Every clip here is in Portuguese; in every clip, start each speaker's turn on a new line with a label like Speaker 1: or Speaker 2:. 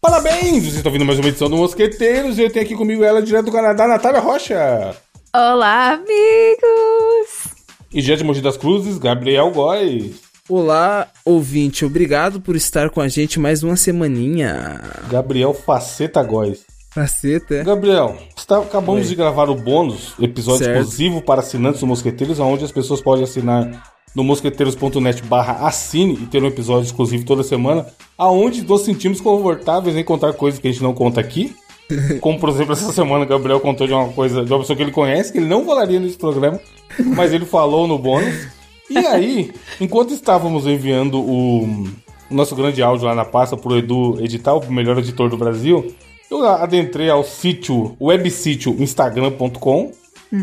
Speaker 1: Parabéns! Vocês estão ouvindo mais uma edição do Mosqueteiros e eu tenho aqui comigo ela, direto do Canadá, Natália Rocha.
Speaker 2: Olá, amigos!
Speaker 1: E direto de Mogi das Cruzes, Gabriel Góes.
Speaker 3: Olá, ouvinte. Obrigado por estar com a gente mais uma semaninha. é?
Speaker 1: Gabriel Faceta Góes.
Speaker 3: Faceta.
Speaker 1: Gabriel, está- acabamos
Speaker 3: Oi.
Speaker 1: de gravar o bônus, episódio
Speaker 3: Certo.
Speaker 1: exclusivo para assinantes do Mosqueteiros, onde as pessoas podem assinar no mosqueteiros.net barra assine e ter um episódio exclusivo toda semana, aonde nos sentimos confortáveis em contar coisas que a gente não conta aqui. Como, por exemplo, essa semana o Gabriel contou de uma coisa, de uma pessoa que ele conhece, que ele não falaria nesse programa, mas ele falou no bônus. E aí, enquanto estávamos enviando o, o nosso grande áudio lá na pasta pro Edu editar, o melhor editor do Brasil, eu adentrei ao sítio, websítio instagram.com.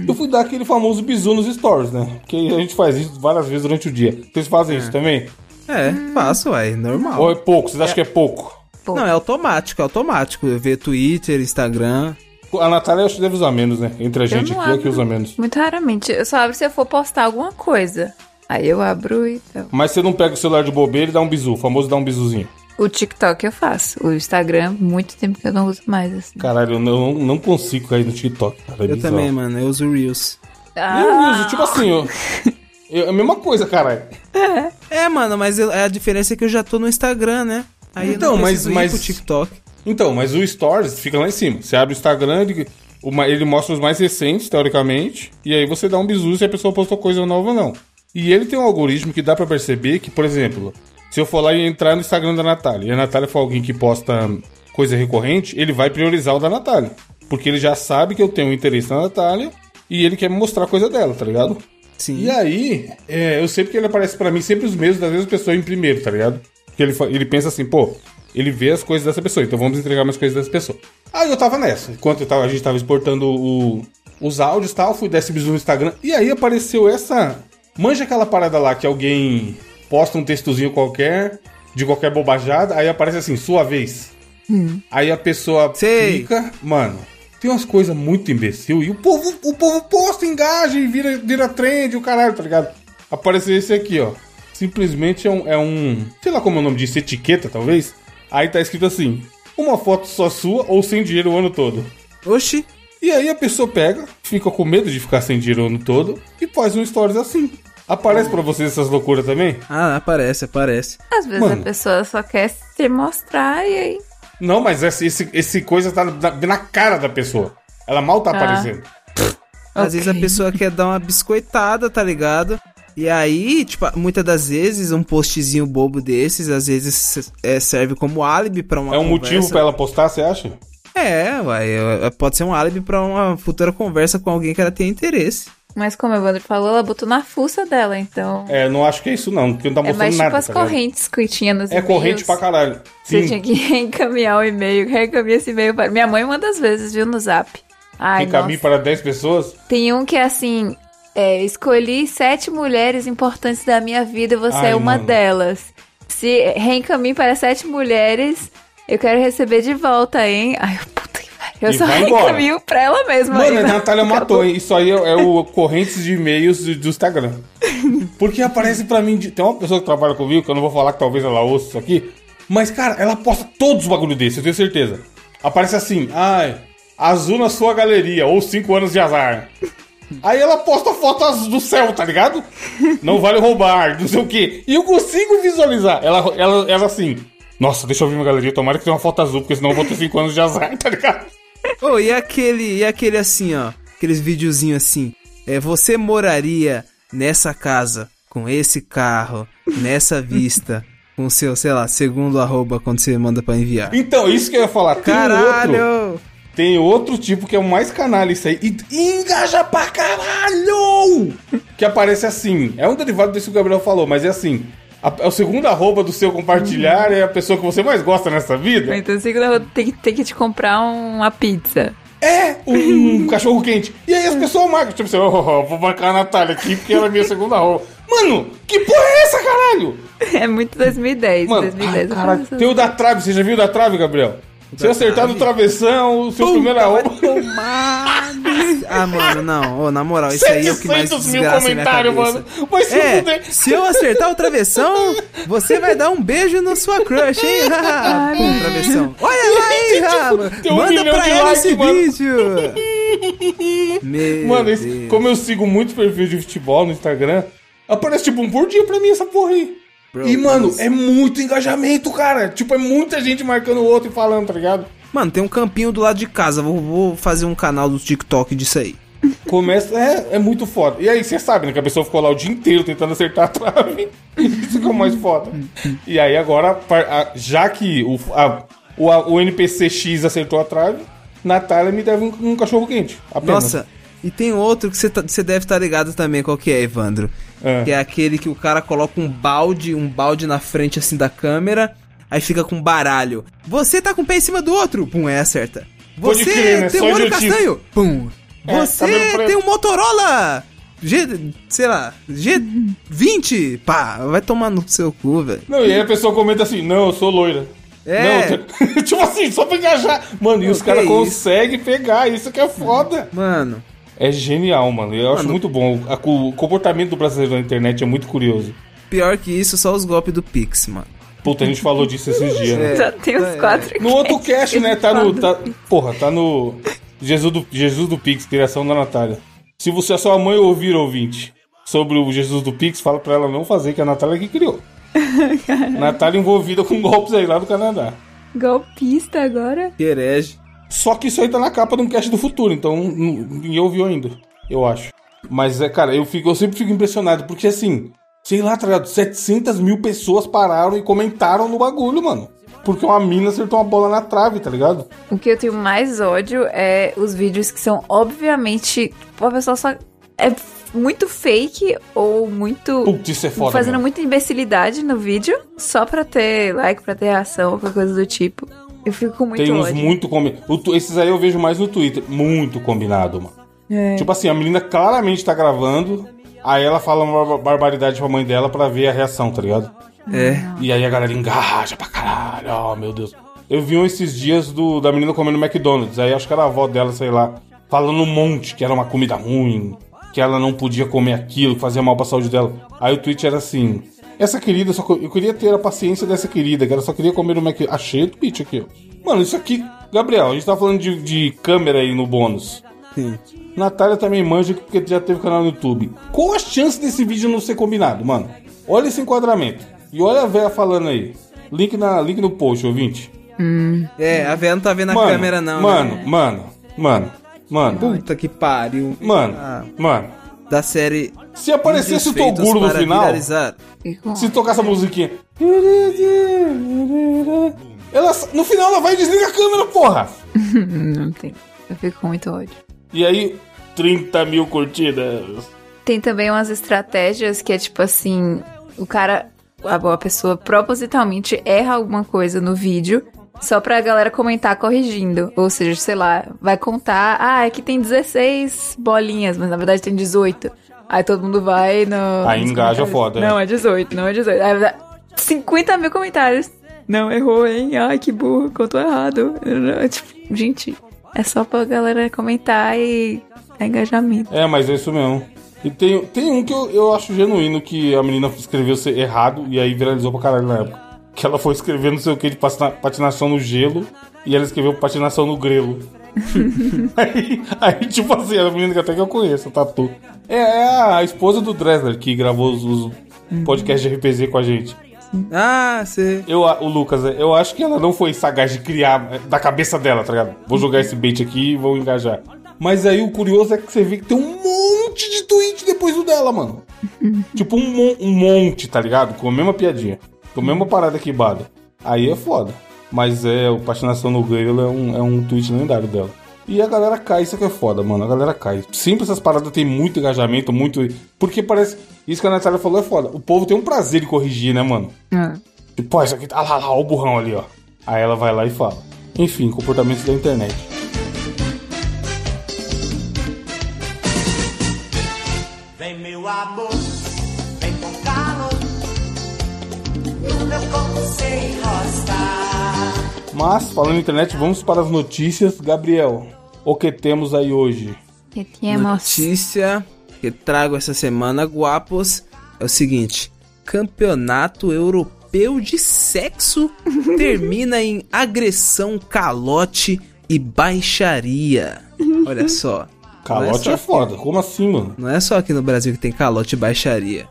Speaker 1: Eu fui dar aquele famoso bizu nos stories, né? Porque a gente faz isso várias vezes durante o dia. Vocês fazem isso também?
Speaker 3: É, faço, uai, normal.
Speaker 1: Ou é pouco? Vocês acham que é pouco?
Speaker 2: Pô.
Speaker 3: Não, é automático, é automático. Eu ver Twitter, Instagram.
Speaker 1: A Natália eu acho que deve usar menos, né? Entre a gente
Speaker 2: não
Speaker 1: aqui, é que
Speaker 2: abro.
Speaker 1: usa menos.
Speaker 2: Muito raramente. Eu só abro se eu for postar alguma coisa. Aí eu abro e tal.
Speaker 1: Mas você não pega o celular de bobeira e dá um bizu. O famoso dá um bizuzinho.
Speaker 2: O TikTok eu faço. O Instagram, muito tempo que eu não uso mais, assim.
Speaker 1: Caralho, eu não, não consigo cair no TikTok, cara. É
Speaker 3: Eu
Speaker 1: bizarro.
Speaker 3: também, mano, eu uso Reels.
Speaker 1: Eu
Speaker 2: Ah,
Speaker 1: uso, tipo assim, eu, eu- é a mesma coisa, caralho.
Speaker 3: É, mano, mas eu- a diferença é que eu já tô no Instagram, né? Aí
Speaker 1: Então,
Speaker 3: eu não
Speaker 1: mas-
Speaker 3: preciso ir
Speaker 1: mas-
Speaker 3: pro TikTok.
Speaker 1: Então, mas o Stories fica lá em cima. Você abre o Instagram, ele, o ma- ele mostra os mais recentes, teoricamente, e aí você dá um bizu se a pessoa postou coisa nova ou não. E ele tem um algoritmo que dá pra perceber que, por exemplo, se eu for lá e entrar no Instagram da Natália, e a Natália for alguém que posta hum, coisa recorrente, ele vai priorizar o da Natália. Porque ele já sabe que eu tenho interesse na Natália e ele quer me mostrar coisa dela, tá ligado?
Speaker 3: Sim.
Speaker 1: E aí, é, eu sempre que ele aparece pra mim, sempre os mesmos das mesmas pessoas em primeiro, tá ligado? Porque ele, fa- ele pensa assim, pô, ele vê as coisas dessa pessoa, então vamos entregar mais coisas dessa pessoa. Aí eu tava nessa, enquanto eu tava- a gente tava exportando o- os áudios e tal, fui dar esse bisu no Instagram, e aí apareceu essa. Manja aquela parada lá que alguém posta um textozinho qualquer, de qualquer bobajada, aí aparece assim, sua vez. Aí a pessoa
Speaker 3: Sei.
Speaker 1: clica, mano. Tem umas coisas muito imbecil e o povo, o povo posta, engaja e vira, vira trend, o caralho, tá ligado? Apareceu esse aqui, ó. Simplesmente é um, é um. Sei lá como é o nome disso, etiqueta, talvez. Aí tá escrito assim: uma foto só sua ou sem dinheiro o ano todo.
Speaker 3: Oxi.
Speaker 1: E aí a pessoa pega, fica com medo de ficar sem dinheiro o ano todo e faz um stories assim. Aparece pra vocês essas loucuras também?
Speaker 3: Ah, aparece, aparece.
Speaker 2: às vezes
Speaker 1: Mano.
Speaker 2: a pessoa só quer se mostrar e aí.
Speaker 1: Não, mas esse, esse, esse coisa tá na, na cara da pessoa. Ela mal tá aparecendo.
Speaker 3: Às vezes a pessoa quer dar uma biscoitada, tá ligado? E aí, tipo, muitas das vezes um postzinho bobo desses, às vezes é, serve como álibi pra uma
Speaker 1: É um motivo
Speaker 3: conversa.
Speaker 1: pra ela postar, você acha?
Speaker 3: É, uai, é, pode ser um álibi pra uma futura conversa com alguém que ela tenha interesse.
Speaker 2: Mas como a Evandro falou, ela botou na fuça dela, então.
Speaker 1: É, não acho que é isso não, porque não tá
Speaker 2: É,
Speaker 1: mostrando
Speaker 2: mais tipo
Speaker 1: nada.
Speaker 2: as
Speaker 1: tá ligado?
Speaker 2: correntes que tinha nos
Speaker 1: é corrente
Speaker 2: e-mails.
Speaker 1: pra caralho.
Speaker 2: Você
Speaker 1: Sim.
Speaker 2: tinha que reencaminhar o e-mail, reencaminha esse e-mail para. Minha mãe manda às vezes, viu, no zap. Ai,
Speaker 1: Tem caminho
Speaker 2: nossa.
Speaker 1: para 10 pessoas?
Speaker 2: Tem um que é assim: é, escolhi sete mulheres importantes da minha vida, você
Speaker 1: Ai,
Speaker 2: é uma
Speaker 1: mano.
Speaker 2: delas. Se reencaminhe para sete mulheres, eu quero receber de volta, hein? Ai, puta que pariu. Eu
Speaker 1: E
Speaker 2: só
Speaker 1: vai embora.
Speaker 2: reencaminho pra ela mesma.
Speaker 1: Mano, é
Speaker 2: Aí
Speaker 1: a
Speaker 2: vai-
Speaker 1: Natália matou, hein? Isso aí é, é o correntes de e-mails do do Instagram. Porque aparece pra mim. de- Tem uma pessoa que trabalha comigo, que eu não vou falar que talvez ela ouça isso aqui. Mas, cara, ela posta todos os bagulho desse, eu tenho certeza. Aparece assim, ai, azul na sua galeria, ou 5 anos de azar. Aí ela posta foto azul do céu, tá ligado? Não vale roubar, não sei o quê. E eu consigo visualizar. Ela, ela, ela assim, nossa, deixa eu ver minha galeria, tomara que tenha uma foto azul, porque senão eu vou ter 5 anos de azar, tá ligado?
Speaker 3: Ô, e aquele, e aquele assim, ó, aqueles videozinhos assim, é, você moraria nessa casa, com esse carro, nessa vista, com seu, sei lá, segundo arroba quando você manda pra enviar.
Speaker 1: Então, isso que eu ia falar. Tem outro,
Speaker 3: Caralho!
Speaker 1: tem outro tipo que é o mais canalha isso aí. E, e engaja pra caralho! Que aparece assim. É um derivado disso que o Gabriel falou, mas é assim. a- é o segundo arroba do seu compartilhar, é a pessoa que você mais gosta nessa vida.
Speaker 2: Então, segunda, tem, que- tem que te comprar uma pizza.
Speaker 1: É um cachorro quente. E aí as pessoas marcam, tipo assim, "Oh, oh, oh, vou marcar a Natália aqui porque ela é minha segunda arroba. Mano, que porra é essa, caralho?
Speaker 2: É muito 2010.
Speaker 1: Mano,
Speaker 2: 2010
Speaker 1: ai,
Speaker 2: eu
Speaker 1: caralho,
Speaker 2: faço
Speaker 1: tem o da trave, você já um. viu o da trave, Gabriel? Se eu acertar no travessão, o seu primeiro arroba.
Speaker 3: Tomado! ele. Ah, mano, não. Ô, na moral, isso aí é o que mais
Speaker 1: 700 mil
Speaker 3: desgraça a minha cabeça.
Speaker 1: comentários, mano. Vai se
Speaker 3: É,
Speaker 1: fuder.
Speaker 3: se eu acertar o travessão, você vai dar um beijo na sua crush, hein? Pum, travessão. Olha lá, hein,
Speaker 1: tem
Speaker 3: Rafa?
Speaker 1: um
Speaker 3: Manda
Speaker 1: milhão
Speaker 3: pra
Speaker 1: de
Speaker 3: ela
Speaker 1: likes,
Speaker 3: esse
Speaker 1: mano.
Speaker 3: vídeo. Meu
Speaker 1: Mano, esse-
Speaker 3: Deus.
Speaker 1: como eu sigo muito perfil de futebol no Instagram, aparece tipo um por dia pra mim essa porra aí.
Speaker 3: Bro,
Speaker 1: e, mano,
Speaker 3: mas-
Speaker 1: é muito engajamento, cara. Tipo, é muita gente marcando o outro e falando, tá ligado?
Speaker 3: Mano, tem um campinho do lado de casa. Vou, vou fazer um canal do TikTok disso aí.
Speaker 1: Começa. É, é muito foda. E aí, você sabe, né? Que a pessoa ficou lá o dia inteiro tentando acertar a trave. Isso que é o mais foda. E aí, agora, par- a- já que o, a- o, a- o NPC X acertou a trave, Natália me deve um, um cachorro quente. Apenas.
Speaker 3: Nossa, e tem outro que você tá- você deve estar ligado também qual que é, Evandro.
Speaker 1: É.
Speaker 3: Que é aquele que o cara coloca um balde, um balde na frente assim da câmera, aí fica com um baralho. Você tá com o pé em cima do outro, pum, é acerta.
Speaker 1: Pode
Speaker 3: Você
Speaker 1: crer, né?
Speaker 3: tem
Speaker 1: Só
Speaker 3: um olho
Speaker 1: idiotice.
Speaker 3: castanho, pum.
Speaker 1: É,
Speaker 3: Você
Speaker 1: cabelo preto.
Speaker 3: tem um Motorola G, sei lá, G20, pá, vai tomar no seu cu, velho.
Speaker 1: Não, e aí a pessoa comenta assim, não, eu sou loira.
Speaker 3: É.
Speaker 1: Não, tipo assim, só pra engajar. Mano, e
Speaker 3: Meu,
Speaker 1: os caras
Speaker 3: que
Speaker 1: conseguem pegar, isso que é foda.
Speaker 3: Mano,
Speaker 1: É genial, mano. Eu acho
Speaker 3: Mano.
Speaker 1: muito bom. A cu- o comportamento do brasileiro na internet é muito curioso.
Speaker 3: pior que isso, só os golpes do Pix, mano.
Speaker 1: Puta, a gente falou disso esses dias, né?
Speaker 3: É,
Speaker 2: Já tem
Speaker 3: é,
Speaker 2: uns
Speaker 3: é.
Speaker 2: quatro
Speaker 1: No outro cast, né? Tá no.
Speaker 2: Foda.
Speaker 1: tá- porra, tá no. Jesus do, Jesus do Pix, criação da Natália. Se você a sua mãe ouvir ouvinte sobre o Jesus do Pix, fala pra ela não fazer, que a Natália é que criou. Natália envolvida com golpes aí lá do Canadá.
Speaker 2: Golpista agora?
Speaker 3: Que herege.
Speaker 1: Só que isso aí tá na capa de um cast do futuro, então n- ninguém ouviu ainda, eu acho. Mas, é, cara, eu, fico, eu sempre fico impressionado, porque assim, sei lá, tá ligado? 700 mil pessoas pararam e comentaram no bagulho, mano. Porque uma mina acertou uma bola na trave, tá ligado?
Speaker 2: O que eu tenho mais ódio é os vídeos que são, obviamente, tipo, a pessoa só. É muito fake ou muito.
Speaker 1: Putz, isso é foda.
Speaker 2: fazendo
Speaker 1: mano.
Speaker 2: muita imbecilidade no vídeo, só pra ter like, pra ter reação, qualquer coisa do tipo. Eu fico com muito
Speaker 1: Tem uns
Speaker 2: ódio.
Speaker 1: muito combinados. Esses aí eu vejo mais no Twitter. Muito combinado, mano.
Speaker 2: É.
Speaker 1: Tipo assim, a menina claramente tá gravando, aí ela fala uma bar- barbaridade pra mãe dela pra ver a reação, tá ligado?
Speaker 3: É.
Speaker 1: E aí a galera engaja pra caralho, oh meu Deus. Eu vi um esses dias do, da menina comendo McDonald's, aí acho que era a avó dela, sei lá, falando um monte que era uma comida ruim, que ela não podia comer aquilo, que fazia mal pra saúde dela. Aí o tweet era assim: Essa querida, só, co- eu queria ter a paciência dessa querida, que ela só queria comer o McDonald's. Achei o tweet aqui, ó. Mano, isso aqui. Gabriel, a gente tá falando de, de câmera aí no bônus.
Speaker 3: Sim.
Speaker 1: Natália também manja porque já teve canal no YouTube. Qual a chance desse vídeo não ser combinado, mano? Olha esse enquadramento. E olha a véia falando aí. Link, na, link no post, ouvinte.
Speaker 3: É, a Vera não tá vendo a
Speaker 1: mano,
Speaker 3: câmera, não.
Speaker 1: Mano,
Speaker 3: né?
Speaker 1: mano, mano, mano,
Speaker 3: Puta que pariu.
Speaker 1: mano,
Speaker 3: Ah.
Speaker 1: mano.
Speaker 3: Da série.
Speaker 1: Se aparecesse o
Speaker 3: Vídeos
Speaker 1: Toguro no
Speaker 3: para
Speaker 1: final,
Speaker 3: viralizar.
Speaker 2: Fico-
Speaker 1: se tocar essa musiquinha. Ela, no final ela vai e desliga a câmera, porra!
Speaker 2: Não tem. Eu fico com muito ódio.
Speaker 1: E aí, 30 mil curtidas.
Speaker 2: Tem também umas estratégias que é tipo assim: o cara, a boa pessoa, propositalmente erra alguma coisa no vídeo. Só pra galera comentar corrigindo. Ou seja, sei lá, vai contar. Ah, aqui tem 16 bolinhas, mas na verdade tem 18. Aí todo mundo vai no.
Speaker 1: Aí
Speaker 2: nos
Speaker 1: engaja
Speaker 2: comentários.
Speaker 1: foda, né?
Speaker 2: Não, é 18, não é 18. Aí vai dar 50 mil comentários. Não, errou, hein? Ai, que burro, contou errado. Tipo, gente, é só pra galera comentar e é engajamento.
Speaker 1: É, mas é isso mesmo. E tem, tem um que eu, eu acho genuíno que a menina escreveu ser errado e aí viralizou pra caralho na época. Que ela foi escrever não sei o que de patina- patinação no gelo e ela escreveu patinação no grelo. aí, aí, tipo assim, era uma menina que até que eu conheço, Tatu. É, é a esposa do Dresler que gravou os, os podcasts de RPG com a gente.
Speaker 3: Ah, você.
Speaker 1: Eu, a- o Lucas, é, eu acho que ela não foi sagaz de criar eh, da cabeça dela, tá ligado? Vou jogar esse bait aqui e vou engajar. Mas aí o curioso é que você vê que tem um monte de tweet depois do dela, mano. tipo, um, mon- um monte, tá ligado? Com a mesma piadinha. Com a mesma parada que bada. Aí é foda. Mas é, o Patinação no Grelo é um, é um tweet lendário dela. E a galera cai, isso que é foda, mano. A galera cai. Sempre essas paradas tem muito engajamento, muito. Porque parece. Isso que a Natália falou é foda. O povo tem um prazer de corrigir, né, mano?
Speaker 2: Ah.
Speaker 1: Tipo, ó, isso aqui tá lá, lá, ó, o burrão ali, ó. Aí ela vai lá e fala. Enfim, comportamentos da internet.
Speaker 4: Vem meu amor, vem com calor No meu corpo sem rosta
Speaker 1: Mas, falando em internet, vamos para as notícias. Gabriel, o que temos aí hoje?
Speaker 2: Que é, temos.
Speaker 3: Notícia que trago essa semana, guapos, é o seguinte: Campeonato Europeu de Sexo termina em agressão, calote e baixaria. Olha só.
Speaker 1: Calote
Speaker 3: Não
Speaker 1: é
Speaker 3: é só-
Speaker 1: foda. Como assim, mano?
Speaker 3: Não é só aqui no Brasil que tem calote e baixaria.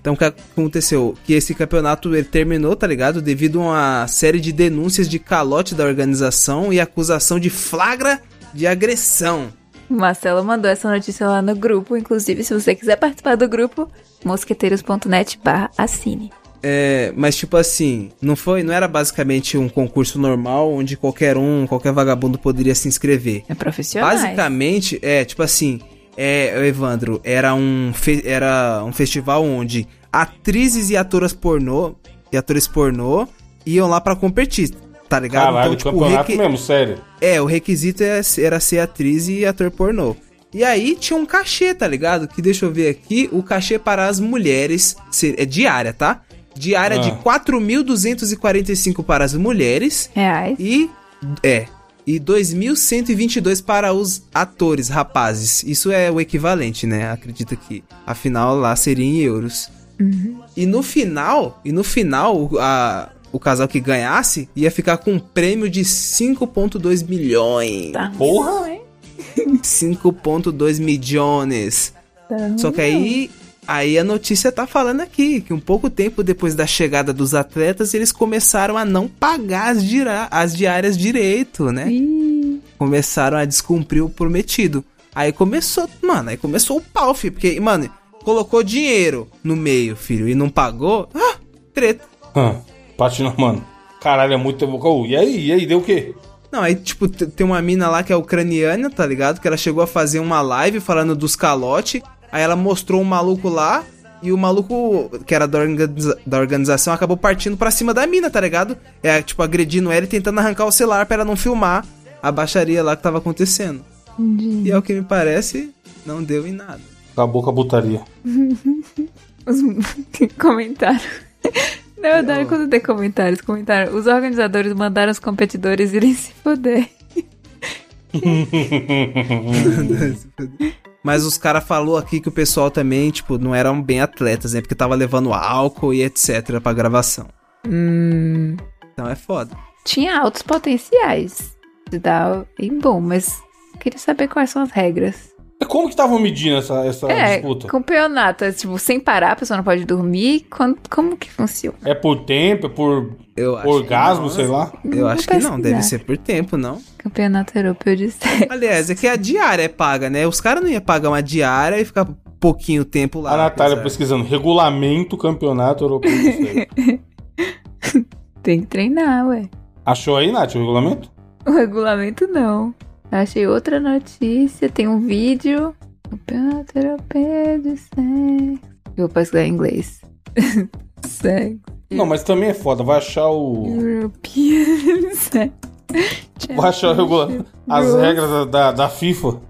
Speaker 3: Então o que aconteceu? Que esse campeonato ele terminou, tá ligado? Devido a uma série de denúncias de calote da organização e acusação de flagra de agressão.
Speaker 2: O Marcelo mandou essa notícia lá no grupo. Inclusive, se você quiser participar do grupo, mosqueteiros.net barra assine.
Speaker 3: É, mas tipo assim, não foi, não era basicamente um concurso normal onde qualquer um, qualquer vagabundo poderia se inscrever.
Speaker 2: É profissional.
Speaker 3: Basicamente, é, tipo assim, é, Evandro, era um, fe- era um festival onde atrizes e atoras pornô, e atores pornô iam lá pra competir, tá ligado?
Speaker 1: Caralho,
Speaker 3: o
Speaker 1: campeonato
Speaker 3: requi-
Speaker 1: mesmo, sério.
Speaker 3: é, o requisito é- era ser atriz e ator pornô. E aí tinha um cachê, tá ligado? Que deixa eu ver aqui, o cachê para as mulheres se- é diária, tá? Diária
Speaker 1: Ah.
Speaker 3: de 4.245 para as mulheres
Speaker 2: Reais.
Speaker 3: e é e 2122 para os atores rapazes. Isso é o equivalente, né? Acredito que afinal lá seria em euros. E no final, e no final o- a, o casal que ganhasse ia ficar com um prêmio de 5.2 milhões.
Speaker 2: Tá.
Speaker 1: Porra!
Speaker 2: hein?
Speaker 3: 5.2 milhões.
Speaker 2: Tá.
Speaker 3: Só que aí, aí a notícia tá falando aqui que um pouco tempo depois da chegada dos atletas, eles começaram a não pagar as, dira- as diárias direito, né?
Speaker 2: Ih,
Speaker 3: Começaram a descumprir o prometido. Aí começou, mano, aí começou o pau, filho, porque, mano, colocou dinheiro no meio, filho, e não pagou, ah, treta.
Speaker 1: Hã, Patina, mano. Caralho, é muito. Oh, e aí? E aí? Deu o quê?
Speaker 3: Não, aí, tipo, te- tem uma mina lá que é ucraniana, tá ligado? Que ela chegou a fazer uma live falando dos calote. Aí ela mostrou um maluco lá. E o maluco, que era da, organiza- da organização, acabou partindo pra cima da mina, tá ligado? É, tipo, agredindo ela e tentando arrancar o celular pra ela não filmar a baixaria lá que tava acontecendo.
Speaker 2: entendi.
Speaker 3: E ao que me parece, não deu em nada.
Speaker 1: Acabou com Tá a botaria.
Speaker 2: Os... Comentaram. Não, eu adoro quando tem comentários. Comentaram. Os organizadores mandaram os competidores irem se foder.
Speaker 3: Mas os caras falou aqui que o pessoal também, tipo, não eram bem atletas, né? Porque tava levando álcool e etc pra gravação.
Speaker 2: Hum,
Speaker 3: Então é foda.
Speaker 2: tinha altos potenciais de dar em bom, mas queria saber quais são as regras.
Speaker 1: E Como que estavam medindo essa, essa
Speaker 2: é,
Speaker 1: disputa?
Speaker 2: campeonato, é, tipo, sem parar, a pessoa não pode dormir. Quando, como que funciona?
Speaker 1: É por tempo, é por
Speaker 3: Eu acho
Speaker 1: orgasmo,
Speaker 3: que não.
Speaker 1: sei lá.
Speaker 3: Eu
Speaker 2: Vou
Speaker 3: acho que não,
Speaker 2: pesquisar.
Speaker 3: deve ser por tempo, não.
Speaker 2: Campeonato europeu de sexo.
Speaker 3: Aliás, é que a diária é paga, né? Os caras não iam pagar uma diária e ficar pouquinho tempo lá.
Speaker 1: a Ah, Natália
Speaker 3: apesar.
Speaker 1: pesquisando. Regulamento campeonato europeu. de Sexo.
Speaker 2: Tem que treinar, ué.
Speaker 1: Achou aí, Nath, o regulamento?
Speaker 2: O regulamento não. Achei outra notícia, tem um vídeo. Campeonato europeu de sexo. Eu vou pesquisar em inglês. sexo.
Speaker 1: Não, mas também é foda. Vai achar o.
Speaker 2: European sexo.
Speaker 1: Vai achar o regula... as
Speaker 2: Gross.
Speaker 1: regras da, da, da FIFA.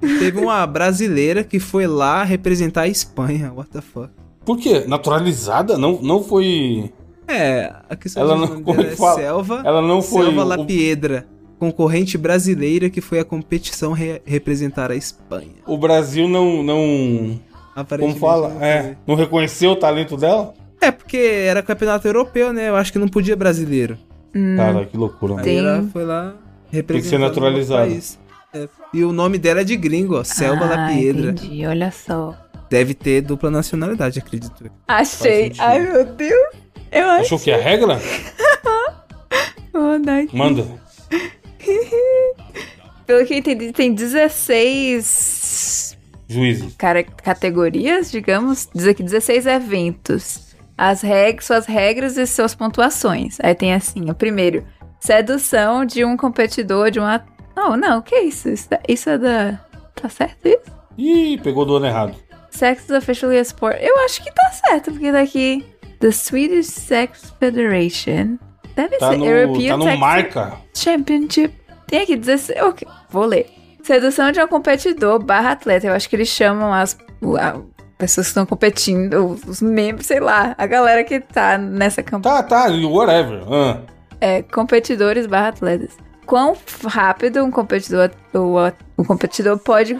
Speaker 3: Teve uma brasileira que foi lá representar a Espanha. What the fuck?
Speaker 1: Por quê? Naturalizada? Não, não foi.
Speaker 3: É, aqui só
Speaker 1: Ela
Speaker 3: diz o
Speaker 1: não-
Speaker 3: nome
Speaker 1: como
Speaker 3: dela
Speaker 1: é
Speaker 3: é
Speaker 1: que fala?
Speaker 3: Selva.
Speaker 1: Ela não foi.
Speaker 3: Selva
Speaker 1: o-
Speaker 3: La Piedra, concorrente brasileira que foi à competição re- representar a Espanha.
Speaker 1: O, o Brasil não. não como
Speaker 3: Aparentemente, não
Speaker 1: fala?
Speaker 3: foi.
Speaker 1: É, não reconheceu o talento dela?
Speaker 3: É, porque era campeonato europeu, né? Eu acho que não podia brasileiro.
Speaker 1: Cara, que loucura, mano.
Speaker 3: Aí
Speaker 2: Tem-
Speaker 3: ela foi lá representar
Speaker 1: naturalizada.
Speaker 3: E o nome dela é de gringo, ó, Selva La
Speaker 2: ah,
Speaker 3: Piedra.
Speaker 2: Entendi, olha só.
Speaker 3: Deve ter dupla nacionalidade, acredito. eu.
Speaker 2: Achei.
Speaker 1: sentido.
Speaker 2: Ai, meu Deus. Eu acho.
Speaker 1: Achou que é a regra?
Speaker 2: Vou dar aqui.
Speaker 1: Manda.
Speaker 2: Pelo que eu entendi, tem 16
Speaker 1: Juízes.
Speaker 2: cara- categorias, digamos, diz aqui 16 eventos. As regras, suas regras e suas pontuações. Aí tem assim, o primeiro, sedução de um competidor, de um at... Não, não, que isso? Isso, da- isso é da... Tá certo isso?
Speaker 1: Ih, pegou do ano errado.
Speaker 2: Sex is officially a sport. Eu acho que tá certo, porque daqui... The Swedish Sex Federation. Deve
Speaker 1: Tá
Speaker 2: ser
Speaker 1: no,
Speaker 2: é European
Speaker 1: tá no
Speaker 2: Sex
Speaker 1: marca.
Speaker 2: Championship. Tem aqui 16. Ok, vou ler. Sedução de um competidor barra atleta. Eu acho que eles chamam as o- a- pessoas que estão competindo, os- os membros, sei lá, a galera que tá nessa campanha.
Speaker 1: Tá, tá, whatever. Ah,
Speaker 2: É, competidores barra atletas. quão rápido um competidor, o, o competidor pode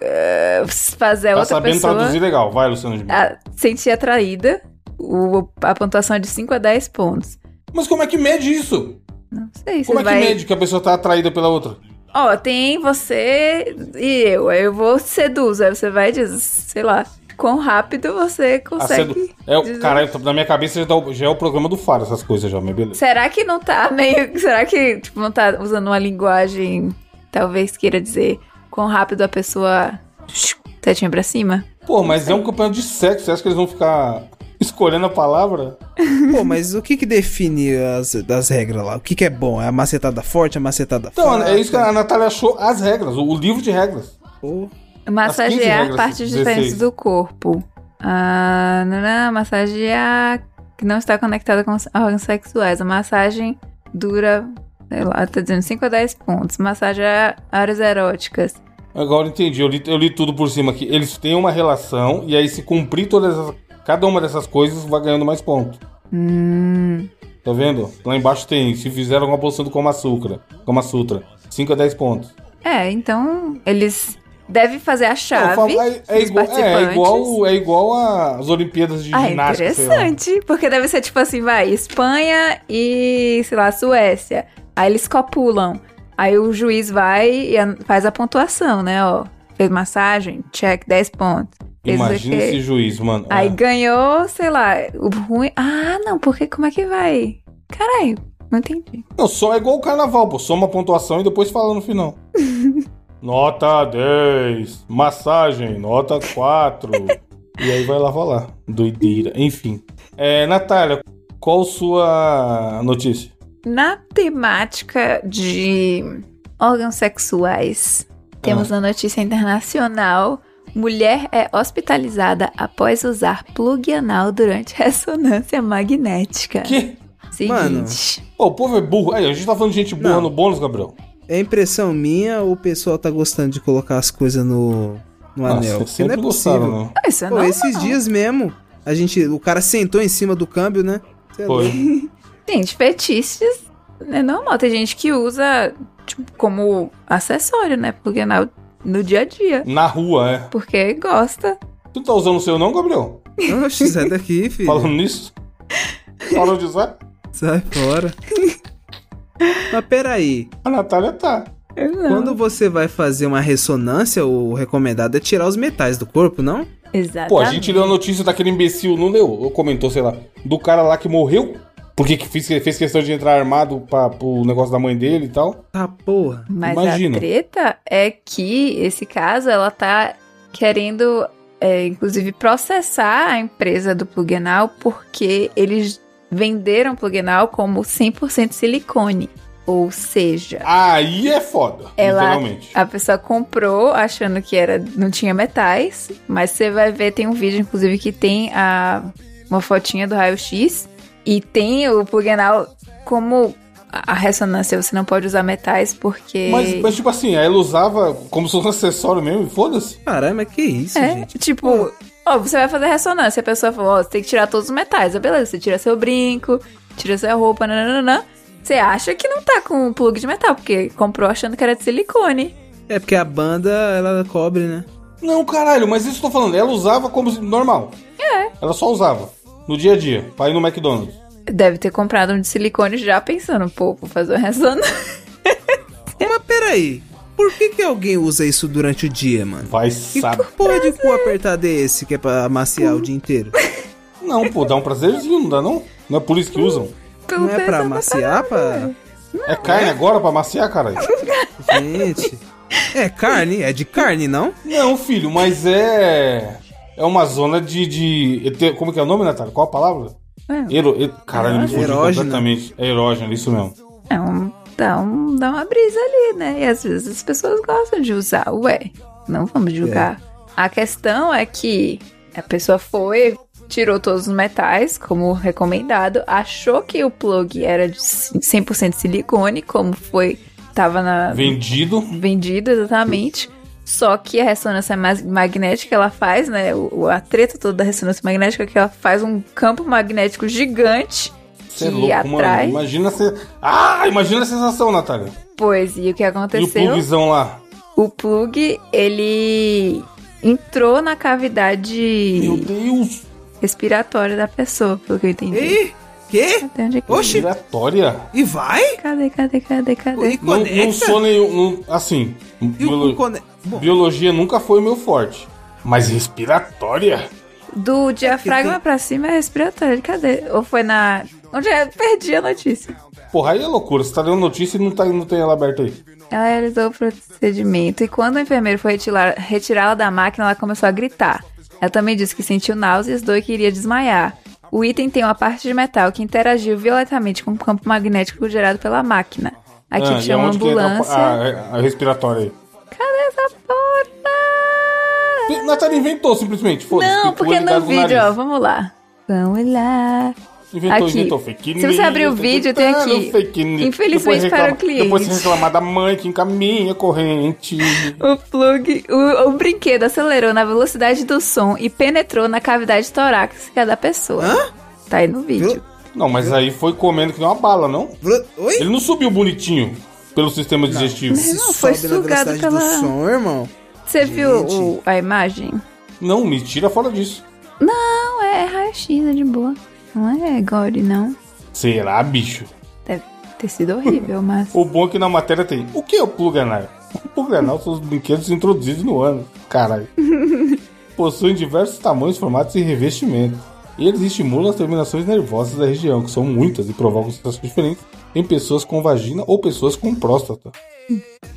Speaker 2: eh, fazer a
Speaker 1: Tá
Speaker 2: outra
Speaker 1: sabendo
Speaker 2: pessoa
Speaker 1: traduzir legal. Vai, Luciano de Mello.
Speaker 2: a- sentir atraída. O, a pontuação é de 5 a 10 pontos.
Speaker 1: Mas como é que mede isso?
Speaker 2: Não sei, Ah. você
Speaker 1: Como é que
Speaker 2: vai...
Speaker 1: mede que a pessoa tá atraída pela outra?
Speaker 2: Ó, tem você e eu. Aí eu vou seduzo. Aí você vai e diz, sei lá, quão rápido você
Speaker 1: A
Speaker 2: consegue.
Speaker 1: sedu- É, o
Speaker 2: dizer-
Speaker 1: caralho, tá- na minha cabeça já, tá o- já é o programa do Faro, essas coisas já, mas beleza.
Speaker 2: Será que não tá meio. Será que tipo, não tá usando uma linguagem. Talvez queira dizer quão rápido a pessoa. Tetinha pra cima?
Speaker 1: Pô, mas é um campeonato de sexo, você acha que eles vão ficar escolhendo a palavra?
Speaker 3: Pô, mas o que que define as, as regras lá? O que que é bom? É a macetada forte, a macetada
Speaker 1: Então,
Speaker 3: fraca?
Speaker 1: é isso que a Natália achou as regras, o- o livro de regras.
Speaker 3: Pô,
Speaker 2: Massagear
Speaker 1: regras,
Speaker 2: partes
Speaker 1: 16.
Speaker 2: diferentes do corpo. Ah, não, não, massagear que não está conectada com os órgãos sexuais. A massagem dura, sei lá, tá dizendo 5 a 10 pontos. Massagear áreas eróticas.
Speaker 1: Agora eu entendi, eu li, eu li tudo por cima aqui. Eles têm uma relação, e aí se cumprir todas essas- cada uma dessas coisas, vai ganhando mais pontos.
Speaker 2: Hum,
Speaker 1: Tá vendo? Lá embaixo tem, se fizeram uma posição do Kama Sutra, Kama Sutra, 5 a 10 pontos.
Speaker 2: é, então eles devem fazer a
Speaker 1: Não,
Speaker 2: chave.
Speaker 1: fala- é, é
Speaker 2: dos
Speaker 1: igual, é, é
Speaker 2: participantes.
Speaker 1: igual, é igual as Olimpíadas de
Speaker 2: Ah,
Speaker 1: ginástica. sei lá.
Speaker 2: interessante. Porque deve ser tipo assim, vai, Espanha e, sei lá, Suécia. Aí eles copulam. Aí o juiz vai e an- faz a pontuação, né? Ó, fez massagem, check, 10 pontos. Fez não sei o
Speaker 1: Imagina
Speaker 2: quê.
Speaker 1: esse juiz, mano.
Speaker 2: Aí
Speaker 1: É.
Speaker 2: ganhou, sei lá, o ruim. Ah, não, porque como é que vai? Caralho, não entendi.
Speaker 1: Não, só é igual o carnaval, pô. Soma a pontuação e depois fala no final. nota 10. Massagem, nota 4. e aí vai lá falar. Doideira. Enfim. É, Natália, qual sua notícia?
Speaker 2: Na temática de órgãos sexuais, temos
Speaker 1: Ah.
Speaker 2: uma notícia internacional. Mulher é hospitalizada após usar plug anal durante ressonância magnética.
Speaker 1: Que?
Speaker 2: Seguinte.
Speaker 3: Mano.
Speaker 1: Pô, o povo é burro. Aí, a gente tá falando de gente burra
Speaker 3: Não.
Speaker 1: no bônus, Gabriel.
Speaker 3: é impressão minha ou o pessoal tá gostando de colocar as coisas no, no anel? Porque não é
Speaker 1: sempre
Speaker 3: possível.
Speaker 1: gostaram, né?
Speaker 2: Ah, Isso é
Speaker 3: Pô,
Speaker 2: normal.
Speaker 3: esses dias mesmo, a gente, o cara sentou em cima do câmbio, né? Cê é louco.
Speaker 1: Foi.
Speaker 2: Gente, fetiches é normal. Tem gente que usa tipo, como acessório, né? Plug anal no dia a dia.
Speaker 1: Na rua, é.
Speaker 2: Porque gosta.
Speaker 1: Tu não tá usando o seu não, Gabriel?
Speaker 3: Oxe, sai daqui, filho.
Speaker 1: Falando nisso? Falando de usar?
Speaker 3: Sai fora. Mas peraí,
Speaker 1: A Natália tá.
Speaker 2: Eu não.
Speaker 3: quando você vai fazer uma ressonância, o recomendado é tirar os metais do corpo, não?
Speaker 2: Exatamente.
Speaker 1: Pô, a gente leu a notícia daquele imbecil, não leu? Ou comentou, sei lá, do cara lá que morreu, porque que fez, fez questão de entrar armado pra, pro negócio da mãe dele e tal.
Speaker 3: Tá porra.
Speaker 2: Mas
Speaker 1: Imagina.
Speaker 2: a treta é que esse caso ela tá querendo, é, inclusive, processar a empresa do Pluginal porque eles venderam o Pluginal como 100% silicone. Ou seja,
Speaker 1: Aí é foda,
Speaker 2: Ela-
Speaker 1: literalmente.
Speaker 2: a pessoa comprou achando que era não tinha metais, mas você vai ver, tem um vídeo, inclusive, que tem a, uma fotinha do raio-x e tem o Pluginal como a a ressonância, você não pode usar metais porque...
Speaker 1: Mas, mas, tipo assim, ela usava como se fosse um acessório mesmo, e foda-se.
Speaker 3: Caralho, mas que isso,
Speaker 2: É,
Speaker 3: gente?
Speaker 2: tipo, ó, você vai fazer ressonância, a pessoa fala, ó, você tem que tirar todos os metais, aí beleza, você tira seu brinco, tira sua roupa, nananana. Você acha que não tá com um plug de metal, porque comprou achando que era de silicone.
Speaker 3: É porque a banda, ela cobre, né?
Speaker 1: Não, caralho, mas isso que eu tô falando, ela usava como se- normal. É. Ela só usava, no dia a dia, pra ir no McDonald's.
Speaker 2: Deve ter comprado um de silicone já pensando, pô, vou fazer uma ressonância.
Speaker 3: Mas peraí, por que que alguém usa isso durante o dia, mano?
Speaker 1: Vai
Speaker 3: Que
Speaker 1: saber.
Speaker 3: porra de cu apertar desse que é pra amaciar o dia inteiro?
Speaker 1: Não, pô, dá um prazerzinho, não dá não? Não é por isso que usam.
Speaker 3: Não é pra
Speaker 2: Pensa-
Speaker 3: amaciar, pra...
Speaker 1: É carne agora pra maciar, caralho?
Speaker 3: Gente... É carne? É de carne, não?
Speaker 1: Não, filho, mas é. É uma zona de. de ete- como que é o nome, Natália? Qual a palavra?
Speaker 2: É.
Speaker 1: Ero, e- caralho, me fugiu
Speaker 3: Erógena.
Speaker 1: completamente. É erógeno, isso mesmo.
Speaker 2: É um, dá, um, dá uma brisa ali, né? E às vezes as pessoas gostam de usar. Ué, não vamos julgar. A questão é que a pessoa foi, tirou todos os metais, como recomendado, achou que o plug era de 100% silicone, como foi, tava na,
Speaker 1: Vendido.
Speaker 2: vendido exatamente. Só que a ressonância mas- magnética ela faz, né? O, a treta toda da ressonância magnética é que ela faz um campo magnético gigante
Speaker 1: Você é
Speaker 2: que
Speaker 1: louco,
Speaker 2: atrai.
Speaker 1: mano. Imagina a se... Ah, imagina a sensação, Natália.
Speaker 2: Pois, e o que
Speaker 1: E o
Speaker 2: aconteceu?
Speaker 1: plugzão lá.
Speaker 2: O plug, ele entrou na
Speaker 1: Meu
Speaker 2: cavidade
Speaker 1: Deus!
Speaker 2: respiratória da pessoa, pelo que eu entendi.
Speaker 3: Ih, quê?
Speaker 2: Até onde é que...
Speaker 3: Oxi!
Speaker 1: Giratória?
Speaker 3: E vai?
Speaker 2: Cadê, cadê, cadê, cadê?
Speaker 3: E
Speaker 1: Não,
Speaker 3: conecta?
Speaker 1: não sou nenhum. não- assim.
Speaker 3: E o,
Speaker 1: biolo-
Speaker 3: o cone... Bom,
Speaker 1: Biologia nunca foi meu forte. Mas respiratória?
Speaker 2: Do diafragma
Speaker 3: tem-
Speaker 2: pra cima é respiratória, cadê? Ou foi na... Onde é? Perdi a notícia.
Speaker 1: Porra, aí é loucura. Você tá dando notícia e não, tá, não tem ela aberta aí.
Speaker 2: Ela realizou o procedimento e quando o enfermeiro foi retirar- retirá-la da máquina, ela começou a gritar. Ela também disse que sentiu náuseas, dor e que iria desmaiar. O item tem uma parte de metal que interagiu violentamente com o campo magnético gerado pela máquina. Aqui
Speaker 1: Ah,
Speaker 2: É que chama
Speaker 1: aonde que ah. entra a-
Speaker 2: ambulância.
Speaker 1: a, a respiratória aí.
Speaker 2: Cadê essa porra?
Speaker 1: E Natália tá, inventou simplesmente. Foda-se,
Speaker 2: Não,
Speaker 1: ficou
Speaker 2: porque
Speaker 1: ligado
Speaker 2: no vídeo, ó,
Speaker 1: nariz.
Speaker 2: vamos lá. Vamos lá.
Speaker 1: Inventou,
Speaker 2: aqui.
Speaker 1: inventou fake news.
Speaker 2: Se você abrir o vídeo, tem
Speaker 1: Ah,
Speaker 2: aqui.
Speaker 1: no fake news.
Speaker 2: Infelizmente
Speaker 1: Depois
Speaker 2: para o cliente.
Speaker 1: Depois você reclamar da mãe que encaminha a corrente.
Speaker 2: O plug, o, o brinquedo acelerou na velocidade do som e penetrou na cavidade torácica da pessoa.
Speaker 3: Hã?
Speaker 2: Tá aí no vídeo.
Speaker 1: Não, mas aí foi comendo que nem uma bala, não?
Speaker 3: bro- Oi?
Speaker 1: Ele não subiu bonitinho pelo sistema digestivo.
Speaker 2: Mas É, não, foi
Speaker 3: sobe na
Speaker 2: sugado
Speaker 3: velocidade
Speaker 2: pela-
Speaker 3: do som, irmão.
Speaker 2: Você viu o- a imagem?
Speaker 1: Não, me tira fora disso.
Speaker 2: Não, é raio-x, é de boa. Não é gore, não.
Speaker 1: Será, bicho?
Speaker 2: Deve ter sido horrível, mas...
Speaker 1: O bom é que na matéria tem. O que é o plug anal? O plug anal são os brinquedos introduzidos no ano. Caralho. Possuem diversos tamanhos, formatos e revestimentos. E eles estimulam as terminações nervosas da região, que são muitas e provocam sensações diferentes em pessoas com vagina ou pessoas com próstata.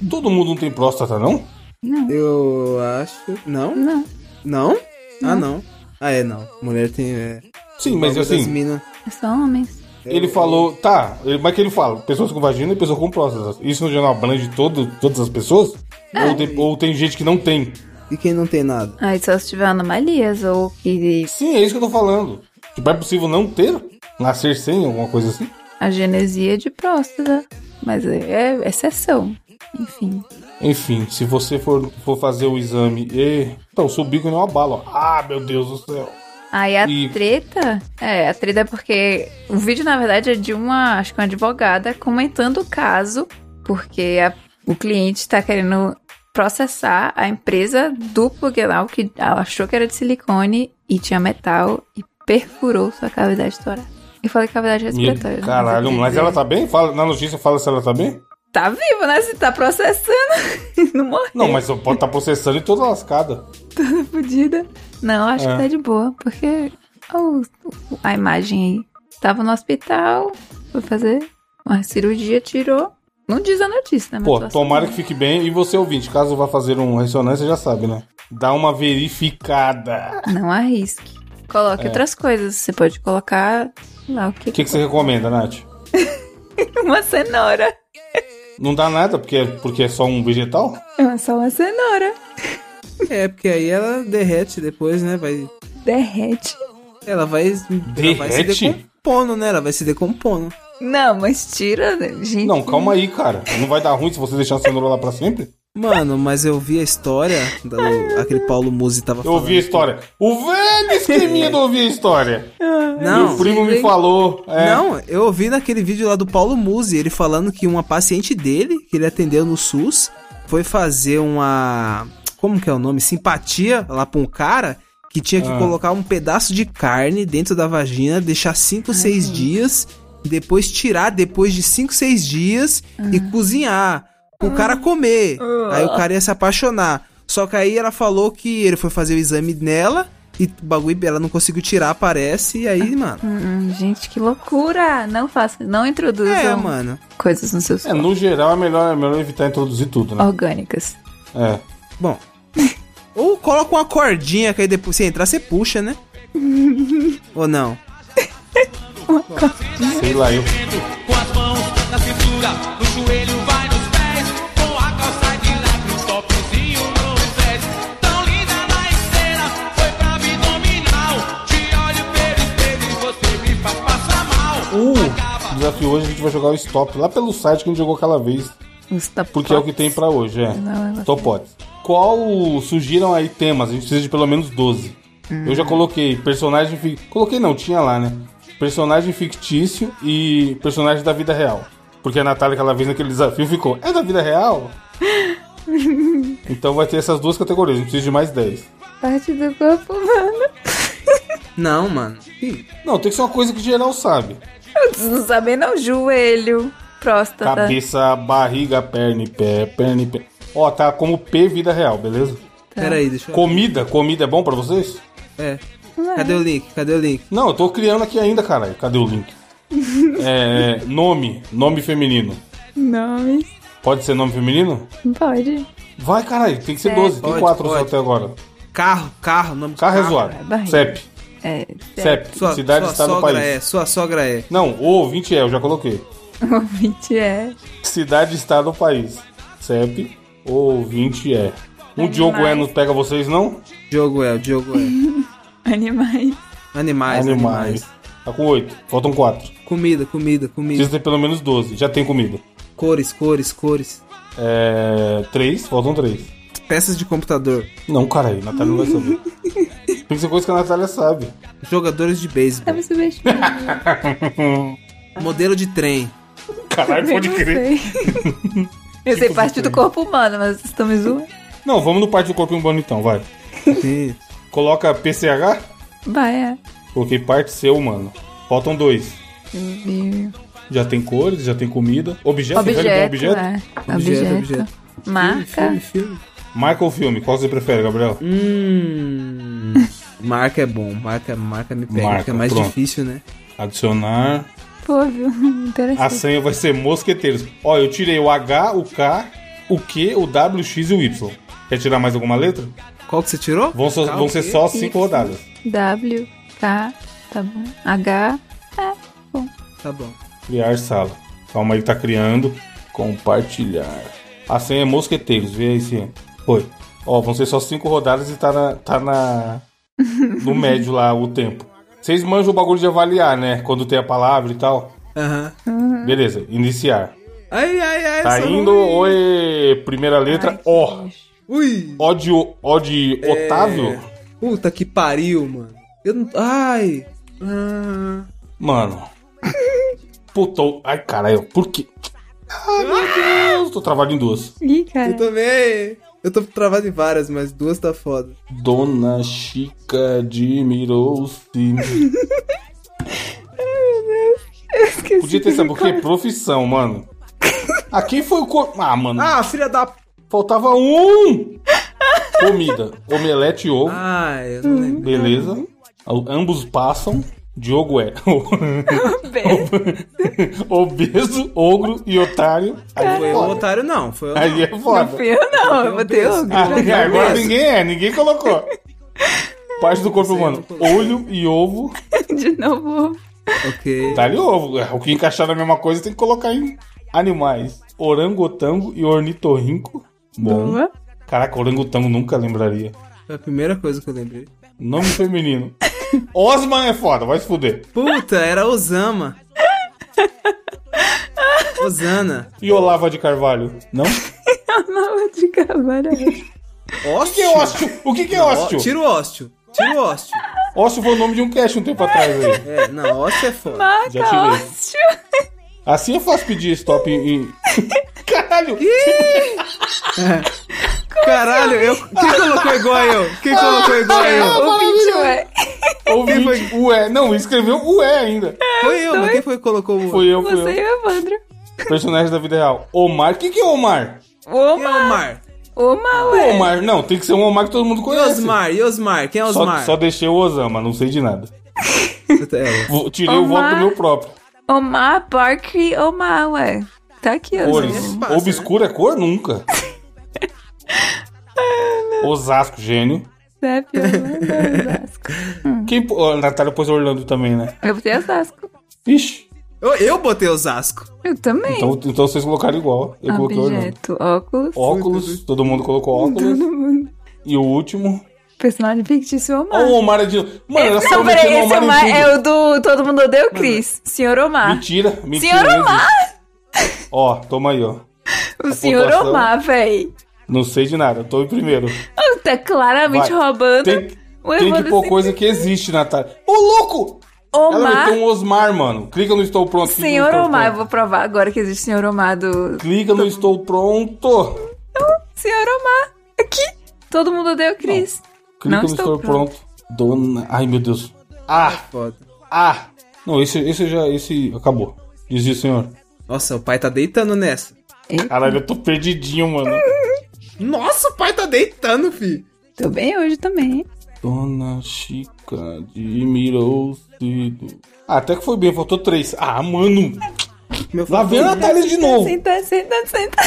Speaker 1: Todo mundo não tem próstata, não?
Speaker 2: Não,
Speaker 3: Eu acho. Não?
Speaker 2: não.
Speaker 3: Não? Ah, não. Ah, é, não. Mulher tem. É...
Speaker 1: Sim, mas
Speaker 3: bagulho das
Speaker 1: assim,
Speaker 3: mina.
Speaker 2: É só homens.
Speaker 1: ele falou, tá, ele- mas que ele fala, pessoas com vagina e pessoas com próstata. Isso no jornal abrange todo, todas as pessoas? Ou tem- ou tem gente que não tem?
Speaker 3: E quem não tem nada?
Speaker 2: Aí só se tiver anomalias ou que
Speaker 1: Sim, é isso que eu tô falando. Tipo, é possível não ter? Nascer sem, alguma coisa assim?
Speaker 2: a genesia é de próstata. Mas é, é exceção. Enfim.
Speaker 1: Enfim, se você for, for fazer o exame e. Então, subiu com uma bala, ó. Ah, meu Deus do céu.
Speaker 2: Aí a
Speaker 1: E-
Speaker 2: treta. É, a treta é porque o vídeo, na verdade, é de uma, acho que uma advogada comentando o caso, porque a- o cliente tá querendo processar a empresa do pluguenal que ela achou que era de silicone e tinha metal e perfurou sua cavidade torácica. Eu falei cavidade
Speaker 1: Meu,
Speaker 2: respiratória. né? não sei o
Speaker 1: caralho,
Speaker 2: que
Speaker 1: mas
Speaker 2: dizer.
Speaker 1: ela tá bem? Fala, na notícia fala se ela tá bem?
Speaker 2: Tá viva, né? Você tá processando. não morreu.
Speaker 1: Não, mas eu posso estar processando e toda lascada.
Speaker 2: fodida. Não, acho
Speaker 1: É.
Speaker 2: que tá de boa, porque ó, o- a imagem aí. Tava no hospital, foi fazer uma cirurgia, tirou. Não diz a notícia, né? mas
Speaker 1: Pô,
Speaker 2: tô
Speaker 1: tomara que
Speaker 2: assumindo.
Speaker 1: fique bem. E você, ouvinte, caso vá fazer uma ressonância, já sabe, né? Dá uma verificada.
Speaker 2: Não arrisque.
Speaker 1: É.
Speaker 2: Coloque outras coisas. Você pode colocar, sei lá, o que,
Speaker 1: O que, que você recomenda, Nath?
Speaker 2: Uma cenoura.
Speaker 1: Não dá nada, porque é, porque é só um vegetal?
Speaker 2: É só uma cenoura.
Speaker 3: É, porque aí ela derrete depois, né? Vai.
Speaker 2: Derrete.
Speaker 3: Ela vai. Ela vai se
Speaker 1: Derrete?
Speaker 3: decompondo, né? Ela vai se decompondo.
Speaker 2: Não, mas tira, né? gente.
Speaker 1: Não, calma aí, cara. Não vai dar ruim se você deixar a cenoura lá pra sempre?
Speaker 3: Mano, mas eu vi a história do aquele Paulo Musi tava
Speaker 1: Eu
Speaker 3: falando.
Speaker 1: ouvi a história. O velho esqueminha do ouvir a história.
Speaker 3: Não,
Speaker 1: Meu primo me
Speaker 2: Dizem-
Speaker 1: falou. É,
Speaker 3: não, eu ouvi naquele vídeo lá do Paulo Musi, ele falando que uma paciente dele, que ele atendeu no SUS, foi fazer uma. Como que é o nome? Simpatia lá pra um cara que tinha que
Speaker 1: Ah.
Speaker 3: colocar um pedaço de carne dentro da vagina, deixar 5, 6 dias, depois tirar depois de 5, 6 dias e cozinhar. O cara comer. Aí o cara ia se apaixonar. Só que aí ela falou que ele foi fazer o exame nela e o bagulho ela não conseguiu tirar, parece. E aí, mano.
Speaker 2: Hum, gente, que loucura. Não faça, não introduza
Speaker 3: É, mano.
Speaker 2: coisas nos seus
Speaker 1: É, no geral é melhor, é melhor evitar introduzir tudo, né?
Speaker 2: orgânicas.
Speaker 1: É.
Speaker 3: Bom. Ou coloca uma cordinha que aí depois se entrar, você puxa, né? Ou não?
Speaker 1: Sei lá, eu.
Speaker 5: Com as mãos na cintura, no joelho vai nos pés Com a calça de lado, um topzinho no estresse Tão linda na esteira, foi pra abdominal Te olho pelo espelho e você me faz passar mal
Speaker 1: Uh, desafio hoje a gente vai jogar o stop lá pelo site que a gente jogou aquela vez.
Speaker 2: Os top
Speaker 1: Porque é o que tem pra hoje, é.
Speaker 2: Não, eu-
Speaker 1: Top pods. Qual surgiram aí temas? A gente precisa de pelo menos 12. Eu já coloquei personagem fi- Coloquei não, tinha lá, né? Personagem fictício e personagem da vida real. Porque a Natália, aquela vez naquele desafio, ficou: é da vida real? então vai ter essas duas categorias, não precisa de mais 10.
Speaker 2: Parte do corpo humano.
Speaker 3: Não, mano. Ih,
Speaker 1: Não, tem que ser uma coisa que geral sabe:
Speaker 2: Não sabe não, joelho, próstata.
Speaker 1: cabeça, barriga, perna e pé, perna e pé. Ó, tá como P vida real, beleza?
Speaker 3: Peraí, deixa eu.
Speaker 1: Comida, comida é bom pra vocês?
Speaker 3: É. Cadê o link? Cadê o link?
Speaker 1: Não, eu tô criando aqui ainda, caralho. Cadê o link? É, nome, nome feminino.
Speaker 2: Nome.
Speaker 1: Pode ser nome feminino?
Speaker 2: Não pode.
Speaker 1: Vai, caralho, tem que ser
Speaker 2: É.
Speaker 1: 12, tem
Speaker 3: Pode,
Speaker 1: 4 só
Speaker 3: pode.
Speaker 1: até agora.
Speaker 3: Carro, carro, nome de
Speaker 1: Carro é
Speaker 2: é
Speaker 1: zoado.
Speaker 2: barriga.
Speaker 1: CEP.
Speaker 2: É.
Speaker 1: CEP.
Speaker 3: Sua,
Speaker 1: Cidade,
Speaker 3: sua
Speaker 1: estado,
Speaker 3: sogra
Speaker 1: país.
Speaker 3: é, sua sogra é.
Speaker 1: Não, o ouvinte é, eu já coloquei.
Speaker 2: Ouvinte é.
Speaker 1: Cidade, estado, país. CEP, ouvinte é. Um
Speaker 2: Animais.
Speaker 1: Diogo é não pega vocês, não?
Speaker 3: Diogo é, o Diogo é.
Speaker 2: Animais.
Speaker 1: É.
Speaker 3: Animais,
Speaker 1: Animais.
Speaker 3: animais.
Speaker 1: Tá com 8, faltam 4.
Speaker 3: Comida, comida, comida.
Speaker 1: Precisa ter pelo menos 12, já tem comida.
Speaker 3: Cores, cores, cores.
Speaker 1: É. 3, faltam 3.
Speaker 3: Peças de computador.
Speaker 1: Não, caralho, Natália não vai saber. tem que ser coisa que a Natália sabe.
Speaker 3: Jogadores de beisebol.
Speaker 2: Sabe subestimar.
Speaker 3: Modelo de trem.
Speaker 1: Caralho,
Speaker 2: Eu
Speaker 1: pode
Speaker 2: não
Speaker 1: crer.
Speaker 2: sei. Eu sei
Speaker 1: Tipo
Speaker 2: parte do
Speaker 1: diferente.
Speaker 2: corpo humano, mas vocês estão me zoando.
Speaker 1: Não, vamos no parte do corpo humano então, vai.
Speaker 3: Sim.
Speaker 1: Coloca PCH?
Speaker 2: Vai, é.
Speaker 1: Coloquei parte seu, humano. Faltam dois.
Speaker 2: Objeto,
Speaker 1: Já tem cores, já tem comida. Objeto, você prefere
Speaker 2: objeto,
Speaker 1: bom objeto?
Speaker 2: é. Objeto.
Speaker 3: Objeto, objeto. Ah, tá.
Speaker 2: Marca.
Speaker 3: Filme, filme.
Speaker 1: Marca ou filme? Qual você prefere, Gabriel?
Speaker 3: Hum. Marca é bom. Marca, marca me pega.
Speaker 1: Marca,
Speaker 3: Marca, é mais
Speaker 1: pronto.
Speaker 3: difícil, né?
Speaker 1: Adicionar.
Speaker 2: Pô, viu?
Speaker 1: A
Speaker 2: Interessante.
Speaker 1: senha vai ser mosqueteiros. Ó, eu tirei o H, o K, o Q, o W, o X e o Y. Quer tirar mais alguma letra?
Speaker 3: Qual que você tirou?
Speaker 1: Vão, só-
Speaker 3: K,
Speaker 1: vão
Speaker 3: o
Speaker 1: ser
Speaker 3: quê?
Speaker 1: só cinco rodadas.
Speaker 2: W, K, tá bom. H, é, bom.
Speaker 3: Tá bom.
Speaker 1: Criar sala. Calma aí que tá criando. Compartilhar. A senha é mosqueteiros, vê aí se. Foi. Ó, vão ser só cinco rodadas e tá na. tá na. no médio lá o tempo. Vocês manjam o bagulho de avaliar, né? Quando tem a palavra e tal.
Speaker 3: Aham.
Speaker 1: Beleza, iniciar.
Speaker 3: Ai, ai, ai.
Speaker 1: Tá
Speaker 3: Uhum. sou
Speaker 1: indo,
Speaker 3: ruim.
Speaker 1: oi! Primeira letra, O.
Speaker 3: Ui.
Speaker 1: O de, o O de Otávio?
Speaker 3: Puta que pariu, mano. Eu não. Ai. Ah.
Speaker 1: Mano. Puta, o- ai caralho, por quê? Ai
Speaker 3: Ah!
Speaker 1: meu Deus, tô travado em duas.
Speaker 2: Ih,
Speaker 3: Eu
Speaker 2: cara.
Speaker 3: também. Eu tô travado em várias, mas duas tá foda.
Speaker 1: Dona Chica admirou-se.
Speaker 2: Esqueci
Speaker 1: Podia ter, sabe o quê? Profissão, mano. Ah, quem foi o. Co... Ah, mano,
Speaker 3: Ah, filha da.
Speaker 1: faltava um! Comida: omelete e ovo.
Speaker 3: Ah, eu não lembro.
Speaker 1: Beleza. Al- Ambos passam. Diogo é
Speaker 2: Bem,
Speaker 1: obeso, ogro e otário. Aí
Speaker 3: Foi
Speaker 1: é
Speaker 3: o
Speaker 1: foda.
Speaker 3: otário, não. Foi o.
Speaker 1: Aí é foda.
Speaker 2: não fui eu, não. Eu botei o
Speaker 1: Ah,
Speaker 2: H.
Speaker 1: agora
Speaker 3: mesmo.
Speaker 1: ninguém é, ninguém colocou. Parte do corpo humano. Olho e ovo.
Speaker 2: de novo.
Speaker 3: Ok.
Speaker 1: Tá ali ovo. É, O que encaixar na mesma coisa tem que colocar em animais. Orangotango e ornitorrinco. Bom.
Speaker 2: Boa.
Speaker 1: Caraca, orangotango nunca lembraria.
Speaker 3: Foi a primeira coisa que eu lembrei.
Speaker 1: Nome feminino. Osman é foda, vai se fuder.
Speaker 3: Puta, era Osama. Osana.
Speaker 1: E Olava de Carvalho? Não?
Speaker 2: Não, de cavalo.
Speaker 1: O que é
Speaker 3: Óstio.
Speaker 1: óstio? O que, que é óstio?
Speaker 3: Ó, Tira o óstio. Tira o óstio.
Speaker 1: Óstio foi o nome de um cast um tempo atrás aí.
Speaker 3: É, não, óstio é foda.
Speaker 1: Já
Speaker 2: Marca,
Speaker 1: tirei.
Speaker 2: ósteo.
Speaker 1: Assim eu faço pedir stop em. em- Caralho!
Speaker 3: Caralho, eu... quem colocou igual eu? Quem colocou igual eu?
Speaker 2: O vídeo é.
Speaker 1: Ouvinte, ué. Não, escreveu ué ainda.
Speaker 3: Foi eu, mas quem foi que colocou o
Speaker 1: Fui eu, fui eu.
Speaker 2: Você e o Evandro.
Speaker 1: Personagem da vida real. Omar. O que, que é Omar?
Speaker 3: Quem é
Speaker 2: Oma,
Speaker 3: Omar?
Speaker 2: Oma, ué.
Speaker 1: Omar, não, tem que ser um Omar que todo mundo
Speaker 3: E
Speaker 1: conhece.
Speaker 3: Osmar? E Osmar? Quem é
Speaker 1: Só,
Speaker 3: Osmar?
Speaker 1: só deixei o Osama, não sei de nada.
Speaker 3: É,
Speaker 1: Vou- tirei o
Speaker 2: Omar.
Speaker 1: voto do meu próprio.
Speaker 2: Omar, Park e Omar, ué. Tá aqui, ó.
Speaker 1: Cores.
Speaker 3: passa,
Speaker 1: Obscura é cor? Nunca.
Speaker 2: né?
Speaker 1: Osasco, gênio.
Speaker 2: Zep, Orlando, né? Osasco.
Speaker 1: Quem, pô- a Natália pôs Orlando também, né?
Speaker 2: Eu botei Osasco.
Speaker 1: Ixi.
Speaker 3: Eu, eu botei Osasco.
Speaker 2: Eu também.
Speaker 1: Então, então vocês colocaram igual. Eu coloquei Orlando.
Speaker 2: Objeto, óculos.
Speaker 1: Óculos, todo mundo colocou óculos.
Speaker 2: Todo mundo.
Speaker 1: E o último.
Speaker 2: Personagem fictício
Speaker 1: Ó,
Speaker 2: Omar.
Speaker 1: o Omar é de. Mano, ela saiu
Speaker 2: Não, peraí,
Speaker 1: metendo o
Speaker 2: Ah. esse
Speaker 1: Omar,
Speaker 2: Omar
Speaker 1: em tudo.
Speaker 2: é o do Todo Mundo Odeia o Cris. Senhor Omar.
Speaker 1: Mentira, mentira.
Speaker 2: Senhor
Speaker 1: não
Speaker 2: Omar!
Speaker 1: existe. Ó, toma aí, ó.
Speaker 2: O senhor
Speaker 1: pontuação.
Speaker 2: Omar, véi.
Speaker 1: Não sei de nada, eu tô em primeiro.
Speaker 2: Tá claramente
Speaker 1: Vai.
Speaker 2: roubando.
Speaker 1: Tem,
Speaker 2: o
Speaker 1: tem que
Speaker 2: Evandro
Speaker 1: pôr
Speaker 2: sempre-
Speaker 1: coisa que existe, Natália. Ô, louco! Ela
Speaker 2: Omar,
Speaker 1: meteu né? um Osmar, mano. Clica no Estou Pronto. clica no
Speaker 2: senhor
Speaker 1: Estou
Speaker 2: Omar, eu
Speaker 1: Pronto.
Speaker 2: vou provar agora que existe senhor Omar do...
Speaker 1: Clica no Estou Pronto.
Speaker 2: Senhor Omar, aqui. Todo mundo odeia o Cris.
Speaker 1: Clica
Speaker 2: Não
Speaker 1: no
Speaker 2: estou
Speaker 1: Estou Pronto. Dona... Ai, meu Deus. Ah,
Speaker 3: Foda.
Speaker 1: ah. Não, esse, esse já... Esse acabou. Dizia o senhor.
Speaker 3: Nossa, o pai tá deitando nessa.
Speaker 1: Caralho, eu tô perdidinho, mano.
Speaker 3: Nossa, o pai tá deitando, fi.
Speaker 2: Tô bem hoje também. hein?
Speaker 1: Dona Chica de Mirocido. Ah, até que foi bem, faltou três. Ah, mano.
Speaker 3: Meu
Speaker 1: Lá vem a Natália de novo.
Speaker 2: Senta, senta, senta.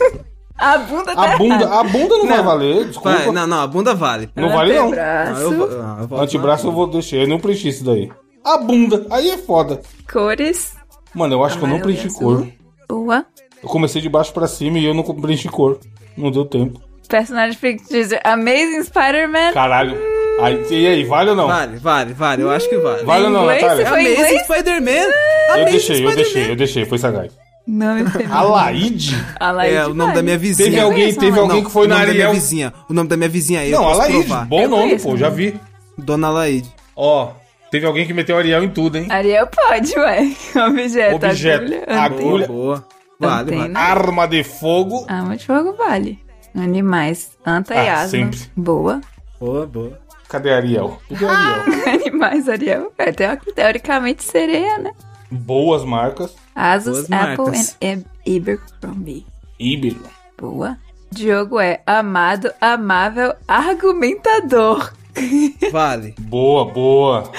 Speaker 2: A bunda tá
Speaker 1: A
Speaker 2: errada.
Speaker 1: bunda, a bunda não, vai
Speaker 3: Não.
Speaker 1: valer, desculpa.
Speaker 3: Vai, não, não, a bunda vale.
Speaker 1: Não vale, não.
Speaker 2: Antebraço,
Speaker 3: eu vou- ah, eu
Speaker 1: O
Speaker 3: vou-
Speaker 1: antebraço eu vou deixar, eu não preenchi isso daí. A bunda, aí é foda.
Speaker 2: Cores.
Speaker 1: Mano, eu acho que eu não
Speaker 2: amarelo e
Speaker 1: preenchi
Speaker 2: azul.
Speaker 1: cor.
Speaker 2: Boa.
Speaker 1: Eu comecei de baixo pra cima e eu não preenchi cor. Não deu tempo.
Speaker 2: Personagem fictício. Amazing Spider-Man.
Speaker 1: Caralho. Aí, e aí, vale ou não?
Speaker 3: Vale, vale, vale. Eu acho que vale.
Speaker 1: Vale ou não,
Speaker 2: Inglês,
Speaker 1: Natália?
Speaker 2: você Hum, foi em
Speaker 3: Amazing
Speaker 2: inglês? Hum.
Speaker 3: Spider-Man.
Speaker 1: Eu
Speaker 3: Amazing
Speaker 1: deixei, eu
Speaker 3: Spider-Man.
Speaker 1: deixei, eu deixei, foi sagaz.
Speaker 2: Não me feliz.
Speaker 1: Alaide?
Speaker 2: Alaide
Speaker 3: Ah, É, o nome
Speaker 2: vale.
Speaker 3: da minha vizinha.
Speaker 1: Teve alguém,
Speaker 2: conheço,
Speaker 1: teve
Speaker 2: não,
Speaker 1: alguém
Speaker 3: Não,
Speaker 1: que foi
Speaker 3: o
Speaker 1: na
Speaker 3: nome da minha
Speaker 1: Ariel.
Speaker 3: vizinha. O nome da minha vizinha aí. eu
Speaker 1: Não,
Speaker 3: posso
Speaker 1: Alaide,
Speaker 3: provar.
Speaker 1: bom
Speaker 2: Eu
Speaker 1: nome,
Speaker 2: conheço,
Speaker 1: pô,
Speaker 2: né?
Speaker 1: já vi.
Speaker 3: Dona Laide.
Speaker 1: Ó, teve alguém que meteu Ariel em tudo, hein?
Speaker 2: Ariel pode, ué. Objeto, tá
Speaker 1: Objeto,
Speaker 2: agulha.
Speaker 1: agulha. Olha-
Speaker 3: Boa, boa. Vale,
Speaker 2: Antena.
Speaker 3: vale.
Speaker 1: Arma de fogo.
Speaker 2: Alma Ah, um de fogo vale. Animais. Anta e
Speaker 1: Ah,
Speaker 2: asno.
Speaker 1: sempre.
Speaker 2: Boa.
Speaker 3: Boa, boa.
Speaker 1: Cadê Ariel? Cadê
Speaker 2: Ah!
Speaker 1: Ariel?
Speaker 2: Animais, Ariel. É, teo- teoricamente sereia, né?
Speaker 1: Boas marcas.
Speaker 2: Asus,
Speaker 3: Boas
Speaker 2: Apple
Speaker 3: marcas.
Speaker 2: and Ab- Abercrombie.
Speaker 1: Ibero.
Speaker 2: Boa. Diogo é amado, amável, argumentador.
Speaker 3: Vale.
Speaker 1: Boa, boa.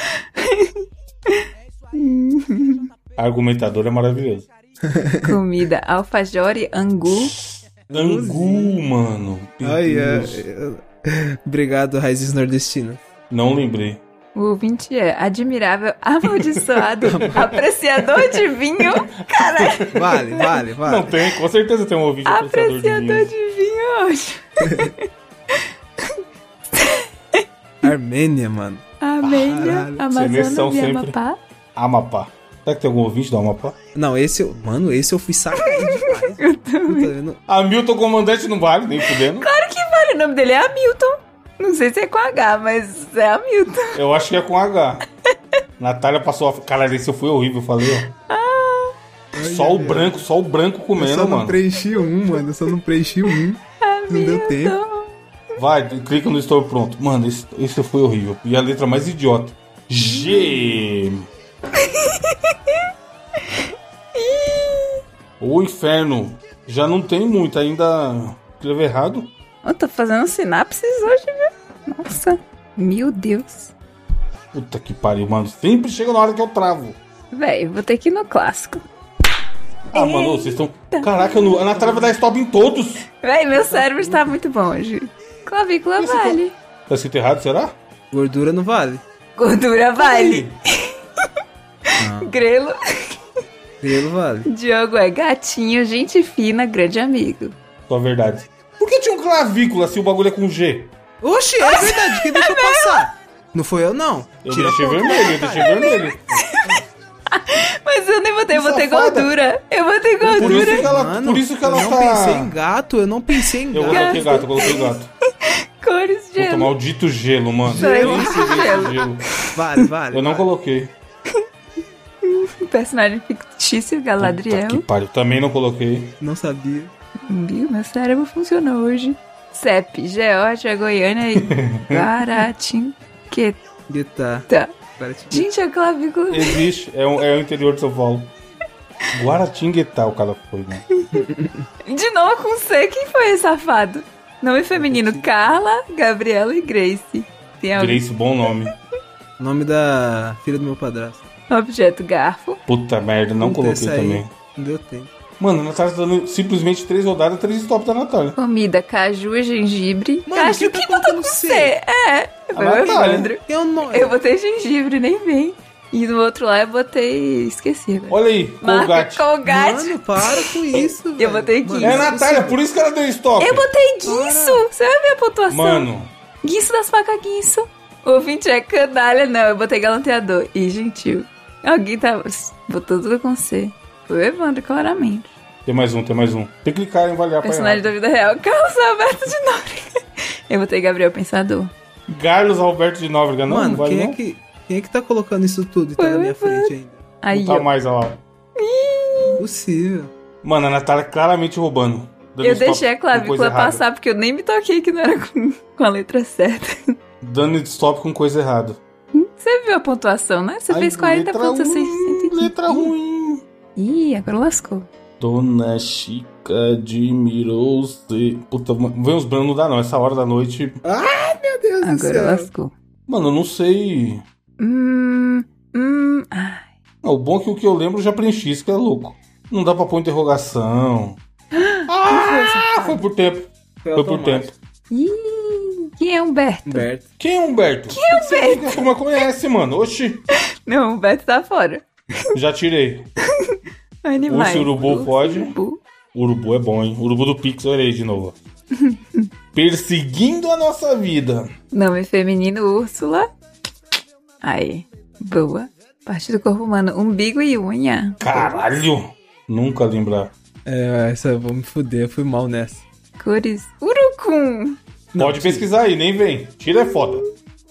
Speaker 1: Argumentador é maravilhoso.
Speaker 2: Comida, alfajore, angu.
Speaker 1: Angu, mano. Meu
Speaker 3: Ai, é,
Speaker 1: Deus.
Speaker 3: é. Obrigado, Raízes Nordestinas.
Speaker 1: Não lembrei.
Speaker 2: O ouvinte é admirável, amaldiçoado, apreciador de vinho. Caralho,
Speaker 3: Vale, vale,
Speaker 1: Não
Speaker 3: vale.
Speaker 1: tem, com certeza tem um ouvinte Ah, apreciador de vinho.
Speaker 2: apreciador de vinho hoje.
Speaker 3: Armênia, mano.
Speaker 2: Amêndoa,
Speaker 3: Caralho,
Speaker 1: vocês são
Speaker 2: né? Amazonas e
Speaker 1: sempre-
Speaker 2: Amapá.
Speaker 1: Amapá. Será que tem algum ouvinte do Amapá?
Speaker 3: Não, esse eu. Mano, esse eu fui sacado demais. Eu também.
Speaker 1: Tá Hamilton Comandante não vale, nem fudendo.
Speaker 2: Claro que vale, o nome dele é Hamilton. Não sei se é com H, mas é Hamilton.
Speaker 1: Eu acho que é com H. Natália passou a. Caralho, esse eu fui horrível, eu falei, ó. Só o branco, Ah. só o branco comendo, mano.
Speaker 3: preenchi um, mano. Eu só não preenchi um. Não deu tempo.
Speaker 1: Vai, clica no Estou Pronto. Mano, esse, esse foi horrível. E a letra mais idiota. G. o inferno. Já não tem muito, ainda. Escreveu errado.
Speaker 2: Eu tô fazendo sinapses hoje, viu? Nossa, meu Deus.
Speaker 1: Puta que pariu, mano. Sempre chega na hora que eu travo.
Speaker 2: Véi, vou ter que ir no clássico.
Speaker 1: Ah, mano, vocês estão. Caraca, eu não- na trava da stop em todos.
Speaker 2: Véi, meu cérebro está muito bom hoje. Clavícula vale.
Speaker 1: Tá escrito errado, será?
Speaker 3: Gordura não vale.
Speaker 2: Gordura vale. Grelo.
Speaker 3: Pelo vale.
Speaker 2: Diogo é gatinho, gente fina, grande amigo.
Speaker 1: Só verdade. Por que tinha um clavícula se o bagulho é com G?
Speaker 3: Oxi, é verdade. Quem deixou passar? Não foi eu, não.
Speaker 1: Eu
Speaker 3: Tira a
Speaker 1: deixei
Speaker 3: ponta.
Speaker 1: vermelho, eu deixei vermelho.
Speaker 2: Mas eu nem botei, eu
Speaker 1: Que
Speaker 2: botei
Speaker 1: safada.
Speaker 2: gordura. Eu botei
Speaker 1: Por
Speaker 2: gordura.
Speaker 1: isso que ela,
Speaker 3: Mano,
Speaker 1: por isso que ela
Speaker 3: eu não
Speaker 1: tá.
Speaker 3: pensei em gato, eu não pensei em
Speaker 1: Eu
Speaker 3: gato.
Speaker 1: coloquei gato, eu coloquei gato.
Speaker 2: Cores de
Speaker 1: Puta, maldito gelo, mano.
Speaker 2: Gelo.
Speaker 1: Nem se vê esse
Speaker 2: Gelo.
Speaker 1: gelo.
Speaker 3: Vale, vale.
Speaker 1: Eu não
Speaker 3: vale.
Speaker 1: coloquei.
Speaker 2: Um Personagem fictício,
Speaker 1: Puta que
Speaker 2: Galadriel.
Speaker 1: pariu, também não coloquei.
Speaker 3: Não sabia.
Speaker 2: Viu? Meu cérebro funcionou hoje. CEP, Geórgia, Goiânia e Guaratinguetá.
Speaker 3: Guitar. Agora te-
Speaker 2: Gente, a clavícula.
Speaker 1: Existe, é, o- é o interior de São Paulo. Guaratinguetá o cara foi, né?
Speaker 2: De novo com C, quem foi esse safado? Nome feminino, Carla, Gabriela e Grace. Tem um algum
Speaker 1: Grace, bom nome.
Speaker 3: Nome da filha do meu padrasto.
Speaker 2: objeto, garfo.
Speaker 1: Puta merda, não
Speaker 3: Puta,
Speaker 1: coloquei
Speaker 3: essa aí
Speaker 1: também.
Speaker 3: Não deu tempo.
Speaker 1: Mano, a Natália tá dando simplesmente três rodadas, três stops da Natália.
Speaker 2: Comida, caju, gengibre.
Speaker 3: Mano,
Speaker 2: caju,
Speaker 3: quem tá
Speaker 2: quem botou com
Speaker 3: colocando
Speaker 2: C?
Speaker 3: C?
Speaker 2: É, foi o
Speaker 1: Natália.
Speaker 2: Evandro.
Speaker 3: Eu não.
Speaker 2: Eu botei gengibre, nem vem. E no outro lá eu botei... Esqueci, velho.
Speaker 1: Olha aí,
Speaker 2: Marca
Speaker 1: Colgate.
Speaker 2: Colgate.
Speaker 3: Mano, para com isso. velho.
Speaker 2: botei
Speaker 3: Mano,
Speaker 2: quinze.
Speaker 1: É a
Speaker 3: isso
Speaker 1: Natália, por isso que ela deu stop.
Speaker 2: Eu botei guinço. Você vai ver a pontuação.
Speaker 1: Mano,
Speaker 2: Guinço das facas guinço. O ouvinte é canalha. Não, eu botei galanteador. E gentil. Alguém tá... Botou tudo com C. Foi o Evandro, claramente.
Speaker 1: tem mais um, tem mais um. Tem que clicar em avaliar pra
Speaker 2: Personagem
Speaker 1: errar.
Speaker 2: da vida real. Carlos Alberto de Nóbrega. Eu botei Gabriel Pensador.
Speaker 1: Carlos Alberto de Nóbrega, não,
Speaker 3: Mano,
Speaker 1: não vale
Speaker 3: quem
Speaker 1: não?
Speaker 3: é que. Quem é que tá colocando isso tudo e tá
Speaker 2: Foi
Speaker 3: na
Speaker 2: o
Speaker 3: minha
Speaker 2: Evandro.
Speaker 3: frente ainda?
Speaker 2: Aí,
Speaker 1: Não
Speaker 2: ó.
Speaker 1: tá mais lá.
Speaker 3: Impossível.
Speaker 1: Mano, a Natália claramente roubando. dando
Speaker 2: Eu
Speaker 1: stop
Speaker 2: deixei a
Speaker 1: com coisa
Speaker 2: clavícula
Speaker 1: errada.
Speaker 2: passar porque eu nem me toquei que não era com, com a letra certa.
Speaker 1: Dando stop com coisa errada.
Speaker 2: Você viu a pontuação, né? Você
Speaker 1: Ai,
Speaker 2: fez 40
Speaker 1: letra
Speaker 2: pontos, eu sei.
Speaker 1: ruim,
Speaker 2: 115.
Speaker 1: Letra um. ruim.
Speaker 2: Ih, agora lascou.
Speaker 1: Dona Chica admirou-se. Puta, mano, vem os brancos, não dá não. Essa hora da noite.
Speaker 3: Meu Deus do
Speaker 2: Agora
Speaker 1: é.
Speaker 3: céu.
Speaker 2: lascou.
Speaker 1: Mano, eu não sei.
Speaker 2: Hum. Hum. ah,
Speaker 1: Ah, o bom é que o que eu lembro eu já preenchi, isso que é louco. Não dá pra pôr interrogação. Ah, foi por tempo. Foi por
Speaker 3: automático.
Speaker 1: tempo.
Speaker 2: Ih, quem é Humberto?
Speaker 3: Humberto.
Speaker 1: Quem é Humberto? Quem é Humberto? Como é que conhece, mano? Oxi.
Speaker 2: Não, Humberto tá fora.
Speaker 1: Já tirei.
Speaker 2: Animais.
Speaker 1: Urso, urubu, pode?
Speaker 2: urubu.
Speaker 1: Urubu é bom, hein? Urubu do Pix, olha aí de novo. Perseguindo a nossa vida.
Speaker 2: Nome é feminino, Úrsula. Aí. Boa. Parte do corpo humano, umbigo e unha.
Speaker 1: Caralho. Nunca lembrar.
Speaker 3: É, essa eu vou me fuder, eu fui mal nessa.
Speaker 2: Cores. Urucum.
Speaker 1: Pode pesquisar aí, nem vem. Tira é foda.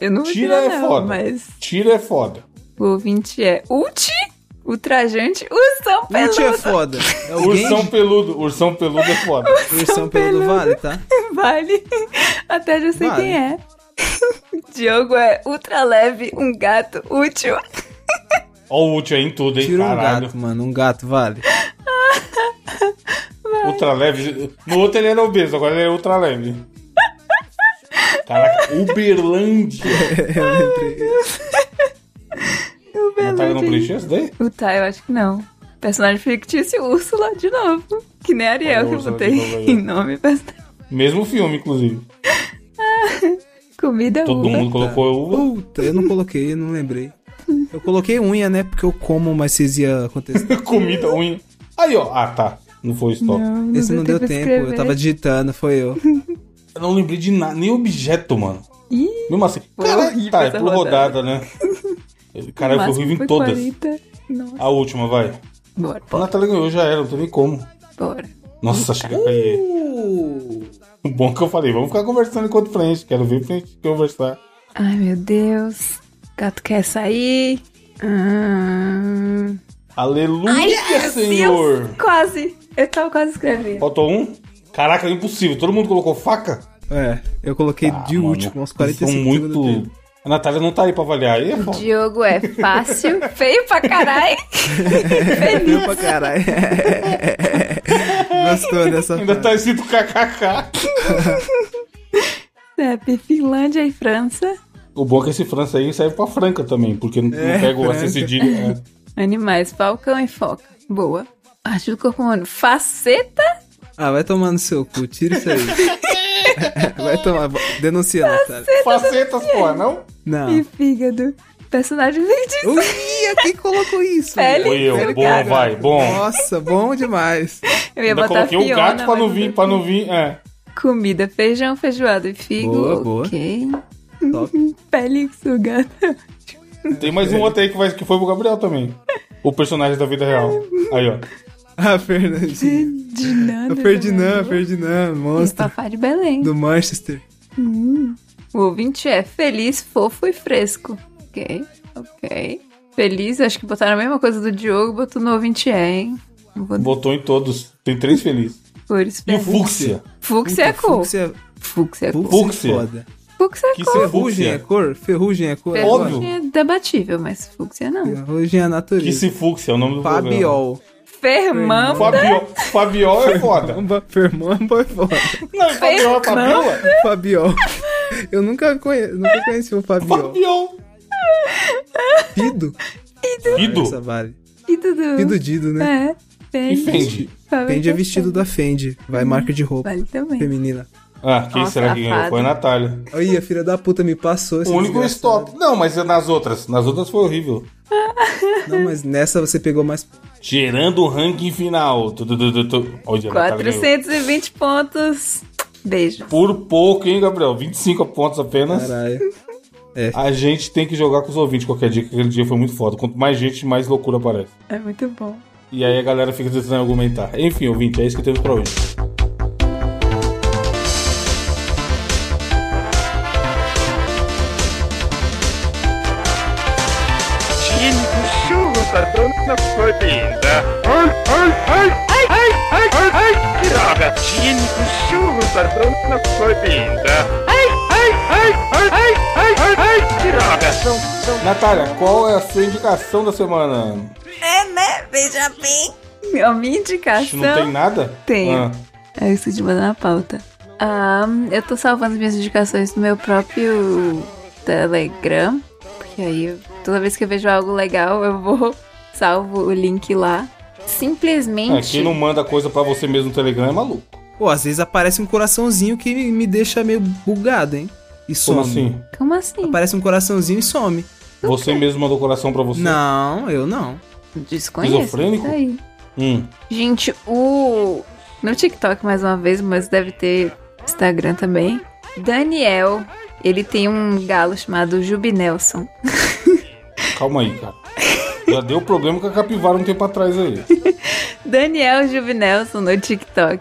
Speaker 2: Eu não vou
Speaker 1: Tira
Speaker 2: tirar,
Speaker 1: é
Speaker 2: não,
Speaker 1: foda.
Speaker 2: mas
Speaker 1: Tira é foda.
Speaker 2: o ouvinte é Uti, ultrajante, ursão peludo.
Speaker 3: Ute é foda. É alguém
Speaker 1: Ursão
Speaker 3: ursão,
Speaker 1: peludo. Ursão peludo é foda.
Speaker 3: ursão pelo do vale, tá?
Speaker 2: Vale. Até já sei
Speaker 3: Vale.
Speaker 2: quem é. Diogo é ultra leve, um gato útil.
Speaker 1: Ó o útil aí em tudo, hein?
Speaker 3: Tira um
Speaker 1: Caralho.
Speaker 3: gato, mano. Um gato vale.
Speaker 1: Ultra leve. No outro ele era obeso, agora ele é ultra leve. Caraca, Uberlândia.
Speaker 3: Eu lembrei.
Speaker 2: O
Speaker 1: Natália não tá
Speaker 2: Belute.
Speaker 1: preencheu isso daí?
Speaker 2: O Tá, eu acho que não. Personagem fictício, Úrsula, de novo. Que nem a Ariel
Speaker 1: Olha,
Speaker 2: que eu
Speaker 1: Úrsula de
Speaker 2: botei
Speaker 1: novo aí, ó.
Speaker 2: em nome. e personagem.
Speaker 1: Mesmo filme, inclusive.
Speaker 2: Comida
Speaker 1: Todo
Speaker 2: uva.
Speaker 1: mundo colocou uva.
Speaker 3: Puta, eu não coloquei, eu não lembrei. Eu coloquei unha, né? Porque eu como, mas vocês iam contestar.
Speaker 1: Comida unha. Aí, ó. Ah, tá. Não foi stop.
Speaker 2: Não, não
Speaker 3: Esse não deu
Speaker 2: pra
Speaker 3: tempo, eu
Speaker 2: escrever.
Speaker 3: tava digitando, foi eu.
Speaker 1: Eu não lembrei de nada, nem objeto, mano.
Speaker 2: Ih,
Speaker 1: Mesmo assim.
Speaker 2: Foi
Speaker 1: Caralho,
Speaker 2: horrível
Speaker 1: tá, é
Speaker 2: essa
Speaker 1: por rodada, né? Caralho, foi
Speaker 2: máximo
Speaker 1: horrível
Speaker 2: foi
Speaker 1: em todas.
Speaker 2: 40. Nossa.
Speaker 1: A última, vai.
Speaker 2: Bora,
Speaker 1: A Natália ganhou, já era, não teve como.
Speaker 2: bora.
Speaker 1: Nossa, chega a cair.
Speaker 3: Uh!
Speaker 1: O bom é que eu falei, vamos ficar conversando enquanto frente. Quero ver frente conversar.
Speaker 2: Ai, meu Deus. Gato quer sair. Hum...
Speaker 1: Aleluia,
Speaker 2: meu
Speaker 1: é, Senhor!
Speaker 2: Deus, quase. Eu tava quase escrevendo.
Speaker 1: Faltou um? Caraca, é impossível. Todo mundo colocou faca?
Speaker 3: É, eu coloquei de
Speaker 1: Ah, Mano,
Speaker 3: último, uns 45
Speaker 1: são
Speaker 3: segundos do tempo.
Speaker 1: muito. A Natália não tá aí pra avaliar. Aí é foda.
Speaker 2: Diogo é fácil, feio pra caralho.
Speaker 3: Deu pra caralho. Gostou dessa
Speaker 1: Ainda tá
Speaker 3: frase.
Speaker 1: escrito kkk.
Speaker 2: Snap, É, Finlândia e França.
Speaker 1: O bom é que esse França aí serve pra Franca também, porque não
Speaker 3: É,
Speaker 1: não pega o
Speaker 3: Franca.
Speaker 1: SSD. né?
Speaker 2: Animais, falcão e foca. Boa. Arte do corpo humano. Faceta?
Speaker 3: Ah, vai tomar no seu cu, tira isso aí. vai tomar, denuncia, Natália.
Speaker 1: Facetas, pô, não?
Speaker 3: Não.
Speaker 2: Tá E fígado. Personagem fictício.
Speaker 3: Uia, quem colocou isso?
Speaker 2: Pele.
Speaker 1: Foi eu.
Speaker 2: Sério,
Speaker 1: Bom,
Speaker 2: cara?
Speaker 1: vai, bom.
Speaker 3: Nossa, bom demais.
Speaker 2: Eu ia
Speaker 1: Ainda
Speaker 2: botar
Speaker 1: coloquei o
Speaker 2: Fiona,
Speaker 1: gato pra
Speaker 2: mas
Speaker 1: não
Speaker 2: eu
Speaker 1: vir,
Speaker 2: botei-
Speaker 1: pra não vir. É.
Speaker 2: Comida, feijão, feijoada e figo.
Speaker 3: Boa, boa.
Speaker 2: Ok.
Speaker 3: Top.
Speaker 2: Pele sugada.
Speaker 1: Tem mais um outro aí que, vai, que foi pro Gabriel também. O personagem da vida real. Aí, ó.
Speaker 3: Ah, Fernandinho.
Speaker 2: Ferdinando.
Speaker 3: O Ferdinand, Ferdinand,
Speaker 2: E
Speaker 3: monstro
Speaker 2: papai de Belém.
Speaker 3: do Manchester.
Speaker 2: O ouvinte é feliz, fofo e fresco. Ok, ok. Feliz, acho que botaram a mesma coisa do Diogo, botou no ouvinte é, hein? Não vou dar
Speaker 1: Botou em todos. Tem três felizes.
Speaker 2: cores
Speaker 1: E o
Speaker 2: pra
Speaker 1: Fúcsia.
Speaker 2: Fúcsia é cor.
Speaker 3: Fúcsia,
Speaker 2: Fúcsia é cor.
Speaker 1: Fúcsia.
Speaker 3: fúcsia é foda.
Speaker 2: Fúcsia é
Speaker 1: Que
Speaker 2: cor.
Speaker 1: cor.
Speaker 3: Ferrugem é cor? Ferrugem é cor?
Speaker 1: Óbvio.
Speaker 2: Ferrugem é debatível, mas fúcsia não.
Speaker 3: Ferrugem é a
Speaker 1: Que
Speaker 3: natureza.
Speaker 1: se Fúcsia é o nome do
Speaker 3: Fabiol.
Speaker 2: Fermão,
Speaker 1: programa. Fabiol. Fabiol é foda.
Speaker 3: Fernamba, Fermamba é foda.
Speaker 1: Não, Fabiol é Fabiola?
Speaker 3: Fabiol. Eu nunca conheço, nunca conheci o Fabiol.
Speaker 1: Fabiol.
Speaker 3: Pido? Essa
Speaker 1: Ido.
Speaker 3: vale.
Speaker 2: e tudo.
Speaker 3: Pido Dido, né?
Speaker 2: É,
Speaker 1: E
Speaker 2: Fendi.
Speaker 1: Fendi.
Speaker 3: Fendi é vestido da Fendi. Vai marca de roupa.
Speaker 2: Vale também.
Speaker 3: Feminina.
Speaker 1: Ah, quem
Speaker 2: Nossa,
Speaker 1: será que ganhou?
Speaker 2: safado.
Speaker 1: Foi a Natália.
Speaker 3: Aí, a filha da puta me passou.
Speaker 1: O
Speaker 3: esse
Speaker 1: único
Speaker 3: desgraçado.
Speaker 1: stop. Não, mas nas outras. Nas outras foi horrível.
Speaker 3: Não, mas nessa você pegou mais.
Speaker 1: Gerando o ranking final. Tu, tu, tu, tu, tu. Olha, a Natália ganhou.
Speaker 2: 420 pontos. Beijo.
Speaker 1: Por pouco, hein, Gabriel? 25 pontos apenas.
Speaker 3: Caralho.
Speaker 1: A gente tem que jogar com os ouvintes qualquer dia, que aquele dia foi muito foda. Quanto mais gente, mais loucura aparece.
Speaker 2: É muito bom.
Speaker 1: E aí a galera fica tentando argumentar. Enfim, ouvinte, é isso que temos pra hoje.
Speaker 6: sartana foi linda. Ai, ai, ai, ai, ai, ai, ai, ai. Que gatinho, churro, sartana foi linda. Ai, ai, ai, ai, ai, ai, ai, ai. Que gatinho, são
Speaker 1: Natália, qual é a sua indicação da semana?
Speaker 2: É, né? Veja bem. A minha
Speaker 1: Acho que Não tem
Speaker 2: indicação.
Speaker 1: nada?
Speaker 2: Tenho.
Speaker 1: Ah,
Speaker 2: Eu esqueci de mandar na pauta. Ah, eu tô salvando minhas indicações no meu próprio Telegram. Porque aí, eu- toda vez que eu vejo algo legal, eu vou salvo o link lá.
Speaker 1: é,
Speaker 2: Simplesmente.
Speaker 1: quem não manda coisa pra você mesmo no Telegram é maluco.
Speaker 3: Pô, às vezes aparece um coraçãozinho que me- me deixa meio bugado, hein? E some.
Speaker 1: Como assim?
Speaker 2: Como assim?
Speaker 3: Aparece um coraçãozinho e some.
Speaker 1: Você mesmo mandou coração pra você?
Speaker 3: Não, eu não.
Speaker 2: Desconheço.
Speaker 1: Esquizofrênico?
Speaker 2: Tá aí.
Speaker 1: Hum.
Speaker 2: Gente, o. No TikTok mais uma vez, mas deve ter Instagram também. Daniel, ele tem um galo chamado Jubinelson.
Speaker 1: Calma aí, cara. Já deu problema com a capivara um tempo atrás aí.
Speaker 2: Daniel Juvinelson no TikTok.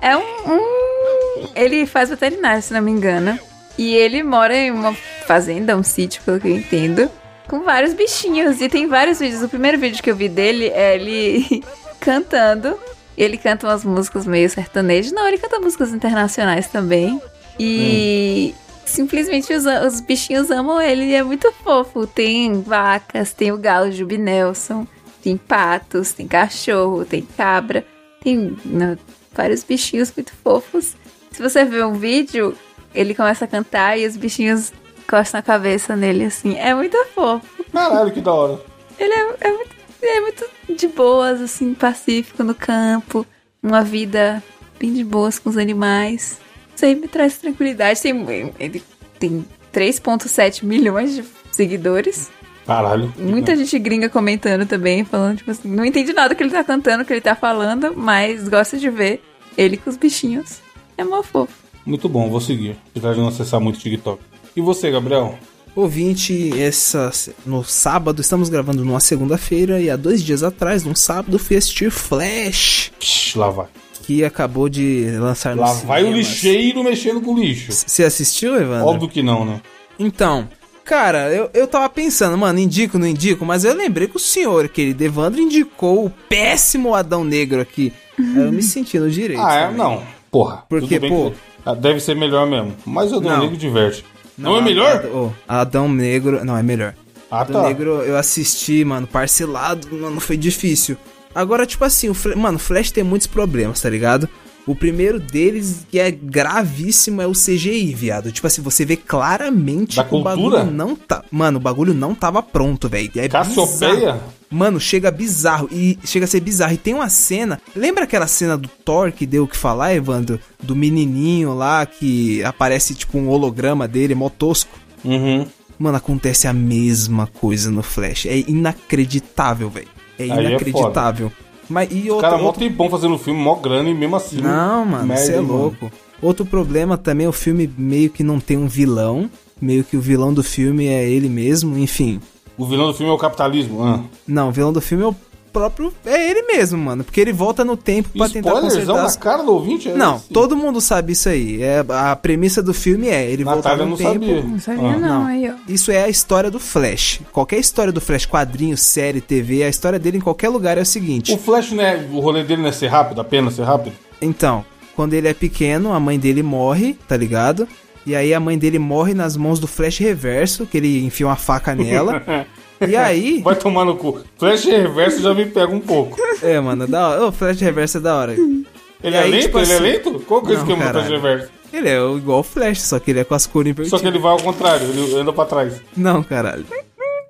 Speaker 2: É um, um- Ele faz veterinário, se não me engano. E ele mora em uma fazenda, um sítio, pelo que eu entendo. Com vários bichinhos. E tem vários vídeos. O primeiro vídeo que eu vi dele é ele cantando. Ele canta umas músicas meio sertanejas. Não, ele canta músicas internacionais também. E. Simplesmente os, os bichinhos amam ele, e é muito fofo. Tem vacas, tem o galo Jubinelson. Tem patos, tem cachorro, tem cabra, tem né, vários bichinhos muito fofos. Se você vê um vídeo, ele começa a cantar e os bichinhos coçam a cabeça nele, assim. É muito fofo.
Speaker 1: Caralho, que da hora.
Speaker 2: Ele é, é muito, é muito de boas, assim, pacífico no campo. Uma vida bem de boas com os animais. Isso aí me traz tranquilidade. Tem, ele tem 3,7 milhões de seguidores.
Speaker 1: Caralho.
Speaker 2: Muita gente gringa comentando também, falando, tipo assim, não entendi nada que ele tá cantando, que ele tá falando, mas gosta de ver ele com os bichinhos. É mó fofo.
Speaker 1: Muito bom, vou seguir. Apesar de não acessar muito o TikTok. E você, Gabriel?
Speaker 3: Ouvinte, essa, no sábado, estamos gravando numa segunda-feira e há dois dias atrás, num sábado, fui assistir Flash,
Speaker 1: Psh, lá vai.
Speaker 3: que acabou de lançar
Speaker 1: Lá
Speaker 3: nos
Speaker 1: vai o
Speaker 3: cinemas.
Speaker 1: lixeiro mexendo com lixo.
Speaker 3: Você assistiu, Evandro?
Speaker 1: Óbvio que não, né?
Speaker 3: Então, cara, eu, eu tava pensando, mano, indico, não indico, mas eu lembrei que o senhor, querido Evandro, indicou o péssimo Adão Negro aqui. Eu me senti no direito. né?
Speaker 1: Ah, é?
Speaker 3: também.
Speaker 1: Não. Porra.
Speaker 3: Porque,
Speaker 1: tudo bem que-
Speaker 3: pô-
Speaker 1: Ah, Deve ser melhor mesmo. Mas o
Speaker 3: Não.
Speaker 1: Dom Negro diverte. Não, é melhor?
Speaker 3: Adão, oh, Adão Negro. Não, é melhor.
Speaker 1: Ah,
Speaker 3: Adão
Speaker 1: tá.
Speaker 3: Negro eu assisti, mano, parcelado, mano, foi difícil. Agora, tipo assim, o Fle- mano, o Flash tem muitos problemas, tá ligado? O primeiro deles, que é gravíssimo, é o CGI, viado. Tipo assim, você vê claramente
Speaker 1: Da
Speaker 3: que o
Speaker 1: cultura?
Speaker 3: bagulho não tá. Mano, o bagulho não tava pronto, velho. É bizarro.
Speaker 1: Cassiopeia?
Speaker 3: Mano, chega bizarro. E chega a ser bizarro. E tem uma cena. Lembra aquela cena do Thor que deu o que falar, Evandro? Do menininho lá que aparece tipo um holograma dele, mó tosco.
Speaker 1: Uhum.
Speaker 3: Mano, acontece a mesma coisa no Flash. É inacreditável, velho. É
Speaker 1: Aí é
Speaker 3: inacreditável. Mas e
Speaker 1: O
Speaker 3: outro,
Speaker 1: cara mó
Speaker 3: outro-
Speaker 1: tempão fazendo filme, mó grana e mesmo assim.
Speaker 3: Não, mano,
Speaker 1: merda,
Speaker 3: você é
Speaker 1: hein, mano.
Speaker 3: louco. Outro problema também, o filme meio que não tem um vilão. Meio que o vilão do filme é ele mesmo, enfim.
Speaker 1: O vilão do filme é o capitalismo. Ah.
Speaker 3: Não, o vilão do filme é o próprio. É ele mesmo, mano. Porque ele volta no tempo pra tentar
Speaker 1: Spoilerzão
Speaker 3: consertar.
Speaker 1: na
Speaker 3: as-
Speaker 1: cara do ouvinte? É
Speaker 3: Não,
Speaker 1: esse?
Speaker 3: todo mundo sabe isso aí. É, a premissa do filme é ele voltar
Speaker 1: Natália
Speaker 3: no
Speaker 1: não
Speaker 3: tempo.
Speaker 1: sabia.
Speaker 2: Não sabia
Speaker 1: Ah.
Speaker 2: não, aí ó.
Speaker 3: Isso é a história do Flash. Qualquer história do Flash, quadrinho, série, TV, a história dele em qualquer lugar é o seguinte.
Speaker 1: O Flash, né? O rolê dele não é ser rápido, apenas ser rápido?
Speaker 3: Então, quando ele é pequeno, a mãe dele morre, tá ligado? E aí a mãe dele morre nas mãos do Flash Reverso, que ele enfia uma faca nela. e aí.
Speaker 1: Vai tomar no cu. Flash reverso já me pega um pouco.
Speaker 3: É, mano, da hora. O Flash Reverso é da hora.
Speaker 1: Ele
Speaker 3: E
Speaker 1: é
Speaker 3: aí,
Speaker 1: lento?
Speaker 3: tipo
Speaker 1: ele é
Speaker 3: assim-
Speaker 1: lento? Qual que é o
Speaker 3: Não,
Speaker 1: esquema do Flash
Speaker 3: caralho.
Speaker 1: reverso?
Speaker 3: Ele é o- igual o Flash, só que ele é com as cores
Speaker 1: Só É,
Speaker 3: invertidas.
Speaker 1: que ele vai ao contrário, ele anda pra trás.
Speaker 3: Não, caralho.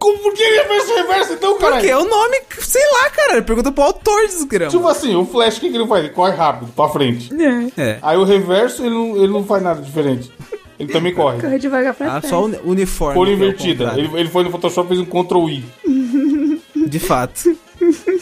Speaker 1: Como, por que ele é Flash reverso então, cara?
Speaker 3: Porque é o nome, sei lá, caralho. Pergunta pro autor, desgrama.
Speaker 1: Tipo assim, o Flash, o que, que ele faz? Ele corre rápido, pra frente.
Speaker 3: É.
Speaker 1: Aí o reverso, ele não, ele não faz nada diferente. Ele também corre.
Speaker 2: Corre devagar pra
Speaker 3: Ah,
Speaker 2: trás.
Speaker 3: só o uni- uniforme.
Speaker 1: Cor
Speaker 3: que é o
Speaker 1: invertida.
Speaker 3: contrário.
Speaker 1: Ele, ele foi no Photoshop e fez um Ctrl I.
Speaker 3: De fato.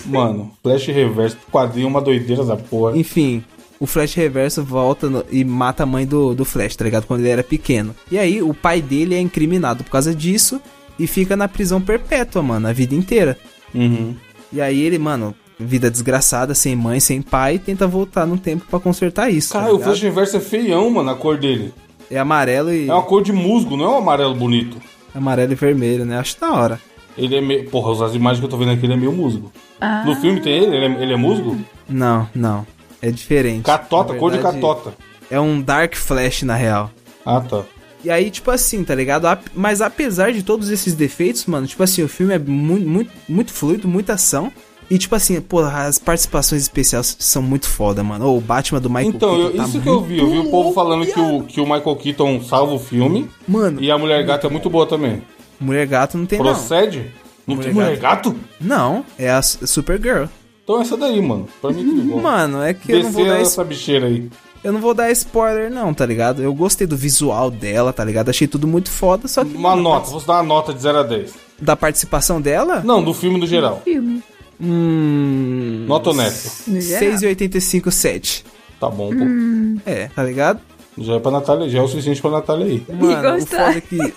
Speaker 1: Mano, Flash reverso, quadrinho, uma doideira da porra.
Speaker 3: Enfim, o Flash Reverso volta no- e mata a mãe do, do Flash, tá ligado? Quando ele era pequeno. E aí, o pai dele é incriminado por causa disso e fica na prisão perpétua, mano, a vida inteira.
Speaker 1: Uhum.
Speaker 3: E aí ele, mano, vida desgraçada, sem mãe, sem pai, tenta voltar no tempo pra consertar isso. tá
Speaker 1: Caralho, o
Speaker 3: ligado?
Speaker 1: Flash reverso é feião, mano, a cor dele.
Speaker 3: É amarelo e.
Speaker 1: É uma cor de musgo, não é um amarelo bonito.
Speaker 3: Amarelo e vermelho, né? Acho da hora.
Speaker 1: Ele é meio. Porra, os imagens que eu tô vendo aqui, ele é meio músico. No filme tem ele? Ele é, ele é músico?
Speaker 3: Não, não. É diferente.
Speaker 1: Catota,
Speaker 3: Na
Speaker 1: cor de
Speaker 3: verdade,
Speaker 1: catota.
Speaker 3: É um Dark Flash, na real.
Speaker 1: Ah, tá.
Speaker 3: E aí, tipo assim, tá ligado? Ap- Mas apesar de todos esses defeitos, mano, tipo assim, o filme é muito, muito, muito fluido, muita ação. E tipo assim, porra, as participações especiais são muito foda, mano. Ô, o Batman do Michael
Speaker 1: Então, eu-
Speaker 3: Keaton tá
Speaker 1: isso que eu vi. Eu vi o povo falando que o, que o Michael Keaton salva o filme.
Speaker 3: Mano.
Speaker 1: E a Mulher Gato é muito boa também.
Speaker 3: Mulher Gato não tem não.
Speaker 1: Procede? Não tem Mulher Gato?
Speaker 3: Não, é a S- Supergirl.
Speaker 1: Então é essa daí, mano. Pra mim, tudo bom.
Speaker 3: Mano, é que eu não vou
Speaker 1: Descer
Speaker 3: dar
Speaker 1: essa bicheira aí.
Speaker 3: Eu não vou dar spoiler, não, tá ligado? Eu gostei do visual dela, tá ligado? Achei tudo muito foda, só que.
Speaker 1: Uma nota, vou dar uma nota de 0 a 10.
Speaker 3: Da participação dela?
Speaker 1: Não, do filme no geral.
Speaker 2: Filme.
Speaker 3: Hum.
Speaker 1: Nota honesta.
Speaker 2: No geral.
Speaker 3: 6,85, 7.
Speaker 1: Tá bom, pô.
Speaker 3: É, tá ligado?
Speaker 1: Já é pra Natália, já é o suficiente pra Natália aí.
Speaker 3: Mano, o
Speaker 2: gostar.
Speaker 3: foda é que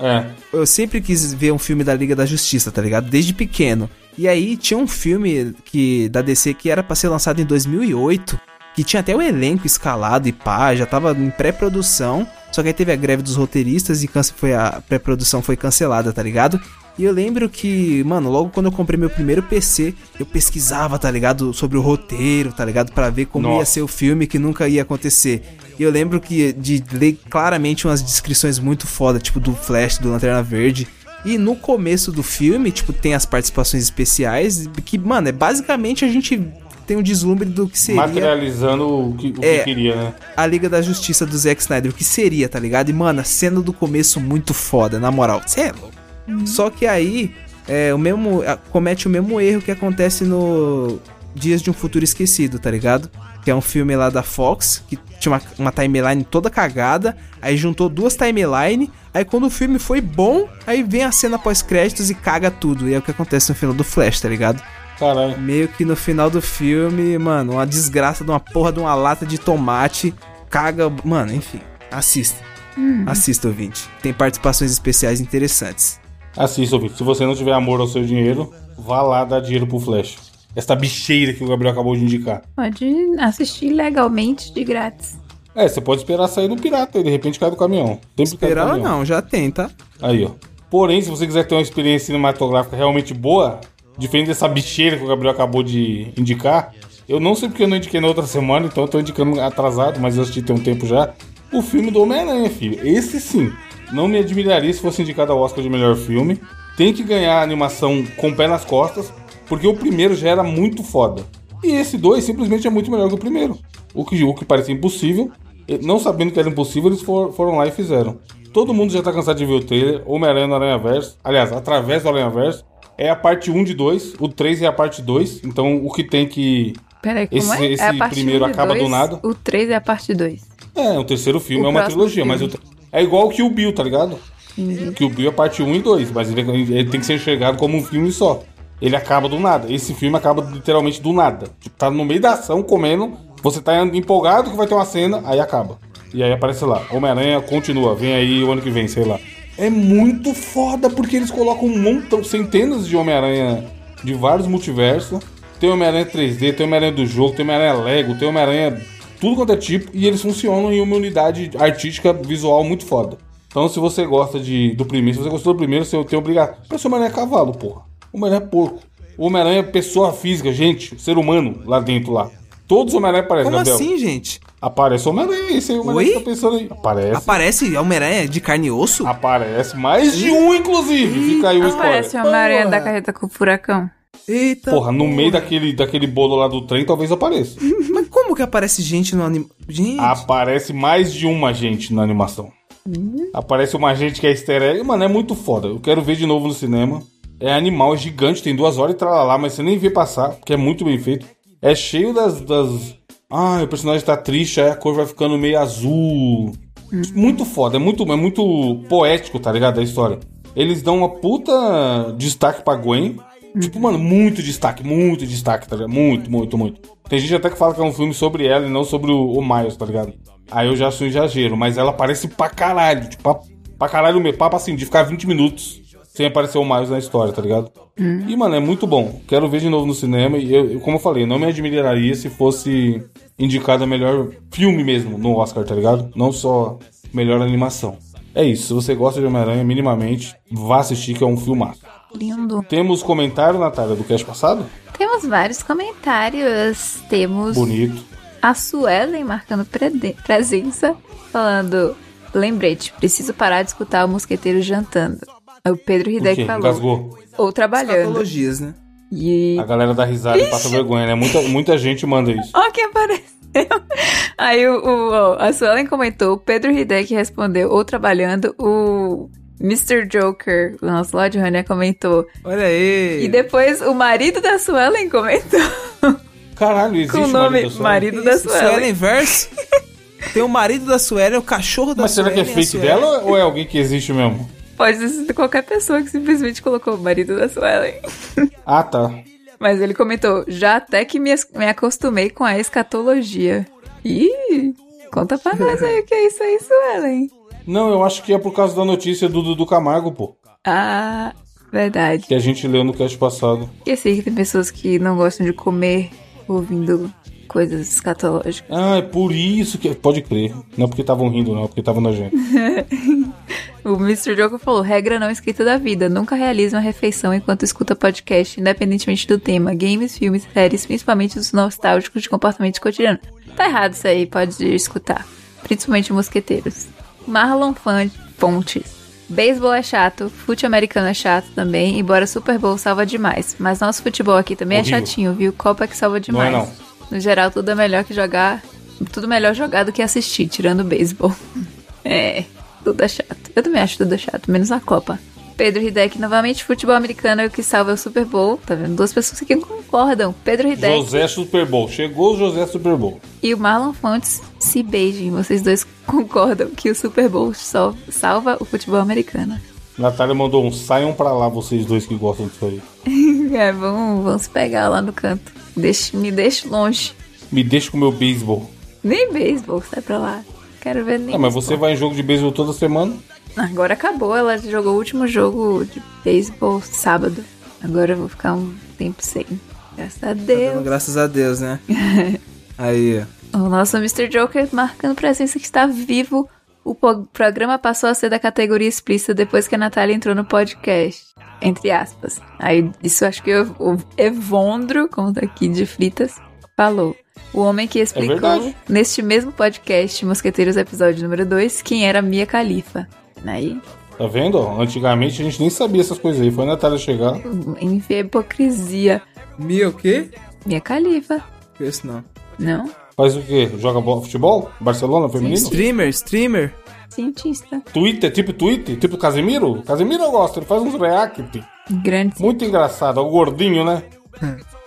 Speaker 1: É.
Speaker 3: eu sempre quis ver um filme da Liga da Justiça, tá ligado? Desde pequeno. E aí tinha um filme que da DC que era pra ser lançado em 2008, que tinha até o elenco escalado e pá, já tava em pré-produção. Só que aí teve a greve dos roteiristas e cance- foi a pré-produção foi cancelada, tá ligado? E eu lembro que, mano, logo quando eu comprei meu primeiro PC, eu pesquisava, tá ligado, sobre o roteiro, tá ligado, Pra ver como ia
Speaker 1: Nossa.
Speaker 3: ser o filme que nunca ia acontecer. E eu lembro que de ler claramente umas descrições muito foda, tipo do Flash, do Lanterna Verde. E no começo do filme, tipo, tem as participações especiais, que, mano, é basicamente a gente tem um deslumbre do que seria
Speaker 1: Materializando o que, o que
Speaker 3: É.
Speaker 1: queria, né?
Speaker 3: a Liga da Justiça do Zack Snyder, o que seria, tá ligado? E, mano, a cena do começo muito foda, na moral. Cê é louco. Só que aí, é, o mesmo, a- comete o mesmo erro que acontece no Dias de um Futuro Esquecido, tá ligado? Que é um filme lá da Fox, que tinha uma, uma timeline toda cagada, aí juntou duas timelines, aí quando o filme foi bom, aí vem a cena pós-créditos e caga tudo. E é o que acontece no final do Flash, tá ligado?
Speaker 1: Caralho.
Speaker 3: Meio que no final do filme, mano, uma desgraça de uma porra de uma lata de tomate. Caga. Mano, enfim. Assista.
Speaker 2: Uhum.
Speaker 3: Assista, ouvinte. Tem participações especiais interessantes.
Speaker 1: Assista, ouvinte. Se você não tiver amor ao seu dinheiro, vá lá dar dinheiro pro Flash. Esta bicheira que o Gabriel acabou de indicar.
Speaker 2: Pode assistir legalmente de grátis.
Speaker 1: É, você pode esperar sair do pirata e de repente cai do caminhão. Sempre cai do
Speaker 3: Esperar ou
Speaker 1: caminhão.
Speaker 3: não, já tem, tá?
Speaker 1: Aí, ó. Porém, se você quiser ter uma experiência cinematográfica realmente boa, diferente dessa bicheira que o Gabriel acabou de indicar, eu não sei porque eu não indiquei na outra semana, então eu tô indicando atrasado, mas eu assisti tem um tempo já. O filme do Homem-Aranha, filho. Esse sim. Não me admiraria se fosse indicado ao Oscar de melhor filme. Tem que ganhar a animação com o pé nas costas, porque o primeiro já era muito foda. E esse dois simplesmente é muito melhor que o primeiro. O que, o que parecia impossível, e não sabendo que era impossível, eles for- foram lá e fizeram. Todo mundo já tá cansado de ver o trailer. Homem-Aranha no Aranha-Verso. Aliás, através do Aranha-Verso. É a parte 1 de 2. O 3 é a parte 2. Então, o que tem que...
Speaker 2: Peraí, como
Speaker 1: Esse-
Speaker 2: é?
Speaker 1: esse
Speaker 2: é a parte
Speaker 1: primeiro
Speaker 2: um e
Speaker 1: acaba do
Speaker 2: dois,
Speaker 1: nada.
Speaker 2: O 3 é a parte 2.
Speaker 1: É, o terceiro filme
Speaker 2: O
Speaker 1: é uma
Speaker 2: próximo
Speaker 1: trilogia. Mas
Speaker 2: filme.
Speaker 1: o tr- é igual o Kill Bill, tá ligado? O Kill Bill é parte 1 e 2. Mas ele, ele tem que ser enxergado como um filme só. Ele acaba do nada. Esse filme acaba literalmente do nada. Tipo, tá no meio da ação, comendo. Você tá empolgado que vai ter uma cena, aí acaba. E aí aparece lá. Homem-Aranha continua. Vem aí o ano que vem, sei lá. É muito foda porque eles colocam um montão, centenas de Homem-Aranha de vários multiversos. Tem Homem-Aranha 3D, tem Homem-Aranha do jogo, tem Homem-Aranha Lego, tem Homem-Aranha tudo quanto é tipo. E eles funcionam em uma unidade artística visual muito foda. Então, se você gosta de, do primeiro, se você gostou do primeiro, você tem obrigado. Parece o Homem-Aranha é cavalo, porra. O Homem-Aranha é porco. O Homem-Aranha é pessoa física, gente, ser humano lá dentro lá. Todos os Homem-Aranha aparecem,
Speaker 3: Como
Speaker 1: Gabriel.
Speaker 3: assim, gente?
Speaker 1: Aparece o Homem-Aranha, esse aí o Homem-Aranha
Speaker 3: Oi?
Speaker 1: que tá pensando aí. Aparece.
Speaker 3: Aparece Homem-Aranha de carne e osso?
Speaker 1: Ah, Aparece mais de um, inclusive. Fica aí o
Speaker 2: Parece
Speaker 1: spoiler.
Speaker 2: uma aranha
Speaker 3: Boa.
Speaker 2: da carreta com o furacão.
Speaker 3: Eita.
Speaker 1: Porra, no meio daquele, daquele bolo lá do trem, talvez apareça.
Speaker 3: Mas como que aparece gente no anime? Gente.
Speaker 1: Ah. Aparece mais de uma gente na animação. Aparece uma gente que é easter egg. Mano, é muito foda. Eu quero ver de novo no cinema. É animal, é gigante, tem duas horas e tralalá, mas você nem vê passar, porque é muito bem feito. É cheio das. das... Ah, o personagem tá triste, aí a cor vai ficando meio azul. Muito foda, é muito, é muito poético, tá ligado? A história. Eles dão uma puta destaque pra Gwen. Tipo, mano, muito destaque, muito destaque, tá ligado? Muito, muito, muito. Tem gente até que fala que é um filme sobre ela e não sobre o, o Miles, tá ligado? Aí eu já sou exagero, mas ela aparece pra caralho, tipo, pra, pra caralho mesmo. Papo assim, de ficar 20 minutos sem aparecer o Miles na história, tá ligado? E, mano, é muito bom. Quero ver de novo no cinema. E, eu, eu- como eu falei, não me admiraria se fosse indicado a melhor filme mesmo no Oscar, tá ligado? Não só melhor animação. É isso. Se você gosta de Homem-Aranha minimamente, vá assistir, que é um filmaço.
Speaker 2: Lindo.
Speaker 1: Temos comentário, Natália, do cast passado?
Speaker 2: Temos vários comentários. Temos
Speaker 1: Bonito.
Speaker 2: a Suelen marcando prede- presença, falando: Lembrete, preciso parar de escutar o mosqueteiro jantando. Aí O Pedro
Speaker 1: Por quê?
Speaker 2: Hideki falou.
Speaker 1: Engasgou.
Speaker 2: Ou trabalhando.
Speaker 3: Escatologias, né?
Speaker 2: E
Speaker 1: A galera dá risada e passa vergonha, né? Muita, muita gente manda isso.
Speaker 2: Ó quem apareceu. Aí o, o- ó, a Suelen comentou, o Pedro Hideki respondeu, ou trabalhando, o Mr. Joker, o nosso Lord Runner, comentou.
Speaker 3: Olha aí.
Speaker 2: E depois o marido da Suelen comentou
Speaker 1: Caralho, existe
Speaker 2: com o
Speaker 1: marido
Speaker 2: nome
Speaker 1: da Suelen?
Speaker 2: marido da
Speaker 3: Isso,
Speaker 2: Suelen.
Speaker 3: Suelen Verso. Tem o marido da Suelen, o cachorro da
Speaker 1: Mas será
Speaker 3: Suelen.
Speaker 1: que é
Speaker 3: e a
Speaker 1: fake
Speaker 3: Suelen.
Speaker 1: dela ou é alguém que existe mesmo?
Speaker 2: Pode ter sido qualquer pessoa que simplesmente colocou o marido da Suelen.
Speaker 1: Ah, tá.
Speaker 2: Mas ele comentou, já até que me, es- me acostumei com a escatologia. Ih, conta pra nós aí o que é isso aí, Suelen.
Speaker 1: Não, eu acho que é por causa da notícia do Dudu Camargo, pô.
Speaker 2: Ah, verdade.
Speaker 1: Que a gente leu no cast passado.
Speaker 2: Esqueci que tem pessoas que não gostam de comer ouvindo coisas escatológicas.
Speaker 1: Ah, é por isso que. Pode crer. Não é porque estavam rindo, não, é porque estavam na gente.
Speaker 2: O Mr. Joker falou: regra não escrita da vida. Nunca realize uma refeição enquanto escuta podcast, independentemente do tema. Games, filmes, séries, principalmente os nostálgicos de comportamento cotidiano. Tá errado isso aí, pode escutar. Principalmente mosqueteiros. Marlon Fan Fontes. Beisebol é chato, fute americano é chato também, embora Super Bowl salva demais. Mas nosso futebol aqui também
Speaker 1: Horrível.
Speaker 2: é chatinho, viu? Copa que salva
Speaker 1: Não é,
Speaker 2: demais. No geral, tudo é melhor que jogar. Tudo melhor jogar do que assistir, tirando o beisebol. É, tudo é chato. Eu também acho tudo chato, menos a Copa. Pedro Hideki, novamente, futebol americano é o que salva o Super Bowl. Tá vendo? Duas pessoas que concordam. Pedro Hideki
Speaker 1: José Super Bowl. Chegou o José Super Bowl.
Speaker 2: e o Marlon Fontes se beijem. Vocês dois concordam que o Super Bowl só salva o futebol americano.
Speaker 1: Natália mandou um saiam pra lá, vocês dois que gostam disso aí.
Speaker 2: É, vamos, vamos se pegar lá no canto. Deixe, me deixe longe.
Speaker 1: Me deixa com meu beisebol.
Speaker 2: Nem beisebol, sai pra lá. Quero ver nem.
Speaker 1: Ah, mas você vai em jogo de beisebol toda semana?
Speaker 2: Agora acabou, ela jogou o último jogo de beisebol sábado. Agora eu vou ficar um tempo sem. Graças a
Speaker 3: Dando
Speaker 2: Deus.
Speaker 3: graças a Deus, né? Aí, ó.
Speaker 2: O nosso Mr. Joker marcando presença que está vivo. O po- programa passou a ser da categoria explícita depois que a Natália entrou no podcast. Entre aspas. Aí, isso acho que o o Evandro, como tá aqui de fritas, falou. O homem que explicou
Speaker 1: verdade.
Speaker 2: neste mesmo podcast, Mosqueteiros episódio número 2, quem era Mia Khalifa. Aí,
Speaker 1: Tá vendo? ó? Antigamente a gente nem sabia essas coisas aí. Foi a Natália chegar.
Speaker 2: Enfim, a hipocrisia.
Speaker 3: Mia o quê?
Speaker 2: Minha califa.
Speaker 3: Isso não.
Speaker 2: Não?
Speaker 1: Faz o quê? Joga bola, futebol? Barcelona, feminino?
Speaker 3: Streamer, streamer?
Speaker 2: Cientista.
Speaker 1: Twitter, tipo Twitter? Tipo Casemiro? Casemiro eu gosto, ele faz uns react.
Speaker 2: Grande.
Speaker 1: Muito engraçado, ó, o gordinho, né?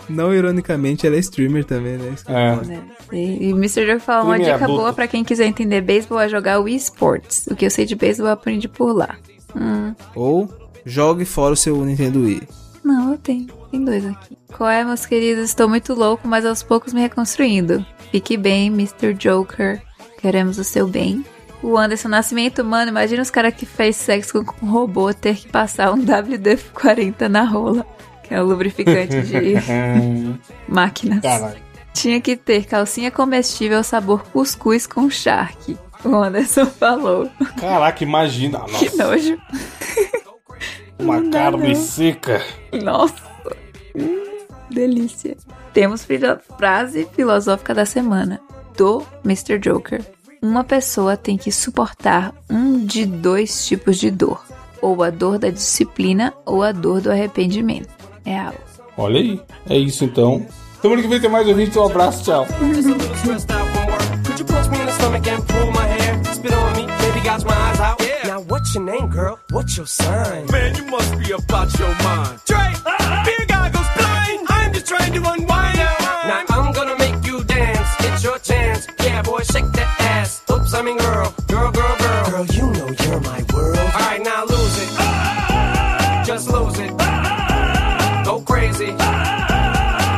Speaker 3: Não, ironicamente, ela é streamer também, né? Isso que eu
Speaker 1: É.
Speaker 3: falo.
Speaker 2: né? E e Mr. Joe falou uma
Speaker 1: Crime
Speaker 2: dica
Speaker 1: adulto.
Speaker 2: boa pra quem quiser entender beisebol é jogar o eSports. O que eu sei de beisebol eu aprendi por lá. Hum,
Speaker 3: Ou jogue fora o seu Nintendo Wii.
Speaker 2: não, eu tenho. Tem dois aqui. Qual é, meus queridos? Estou muito louco, mas aos poucos me reconstruindo. Fique bem, Mr. Joker. Queremos o seu bem. O Anderson Nascimento, mano, imagina os caras que fez sexo com um robô ter que passar um WD-40 na rola. Que é o lubrificante de
Speaker 1: Hum,
Speaker 2: máquinas.
Speaker 1: Caralho.
Speaker 2: Tinha que ter calcinha comestível sabor cuscuz com charque. O Anderson falou.
Speaker 1: Caraca, imagina. Nossa,
Speaker 2: Que nojo.
Speaker 1: uma
Speaker 2: não dá,
Speaker 1: carne
Speaker 2: não.
Speaker 1: seca.
Speaker 2: Nossa. Hum, delícia. Temos filo- frase filosófica da semana do Mr. Joker. Uma pessoa tem que suportar um de dois tipos de dor. Ou a dor da disciplina ou a dor do arrependimento. É algo.
Speaker 1: Olha aí. É isso então. Semana que vem tem mais ouvinte. Um abraço, tchau.
Speaker 7: Just a little stressed out from work. Could you punch me in the stomach and pull my hair? Spit on me, baby, got my eyes out. Now what's your name, girl? What's your sign? Man, you must be about your mind. Dre, beer guy goes blind. I'm just trying to unwind. Now I'm gonna make you dance. It's your chance. Yeah, boy, shake that ass. Oops, I mean girl, girl, girl, girl. Girl, you know you're my world. All right, now lose it. Just lose it. Go crazy.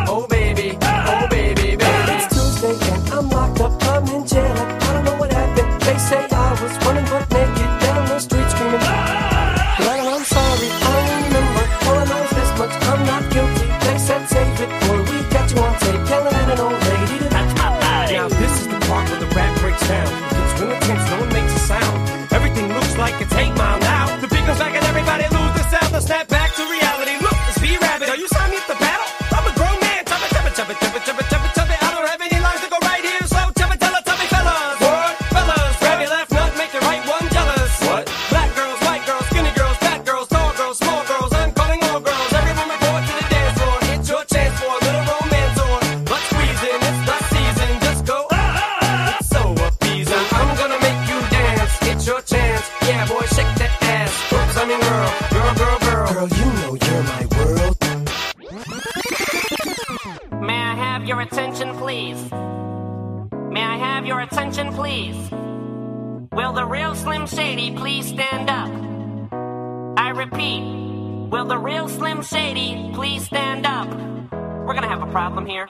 Speaker 7: Oh baby, oh baby, baby. It's Tuesday and I'm locked up, I'm in jail. I don't know what happened. They say I was running butt naked down the street screaming. Well, I'm sorry, I don't remember. All I know is this much, I'm not guilty. They said save it, boy, we got you on tape. Yelling at an old lady to touch my body. Now this is the part where the rap breaks down. It's when intense, no one makes a sound. Everything looks like it's eight mile now. The beat goes back and everybody lose the sound. The snap back to reality. ah,
Speaker 8: your attention, please? May I have your attention, please? Will the real Slim Shady please stand up? I repeat, will the real Slim Shady please stand up? We're gonna have a problem here.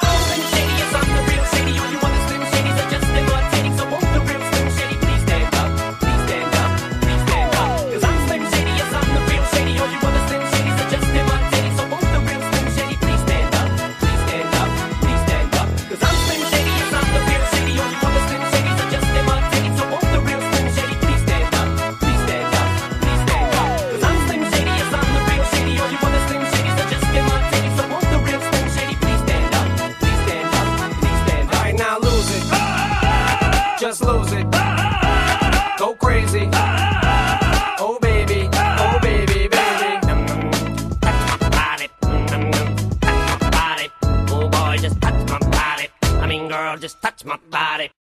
Speaker 9: Slim Shady is I'm the real Shady. All you other Slim Shadys are just imitating. So won't the real Slim Shady please stand up? Please stand up. Please stand up. 'Cause I'm Slim Shady, yes, I'm the real Shady. All you other Slim Shadys are just imitating. So won't the real Slim Shady please stand up? Please stand up. Please stand up. 'Cause I'm Slim Shady, yes, I'm the real Shady. All you other Slim Shadys are just imitating. So won't the real Slim Shady please stand up? Please stand up. Please stand up. 'Cause I'm Slim Shady, yes, I'm the real Shady. All you other Slim Shadys are just imitating. So won't the real Slim Shady please stand up? Please stand up. Please stand up. All right, now lose it. Just lose it. Go crazy. Oh baby. Oh baby, baby.
Speaker 8: body. Touch my body. Oh boy, just touch my body. I mean, girl, just touch my body.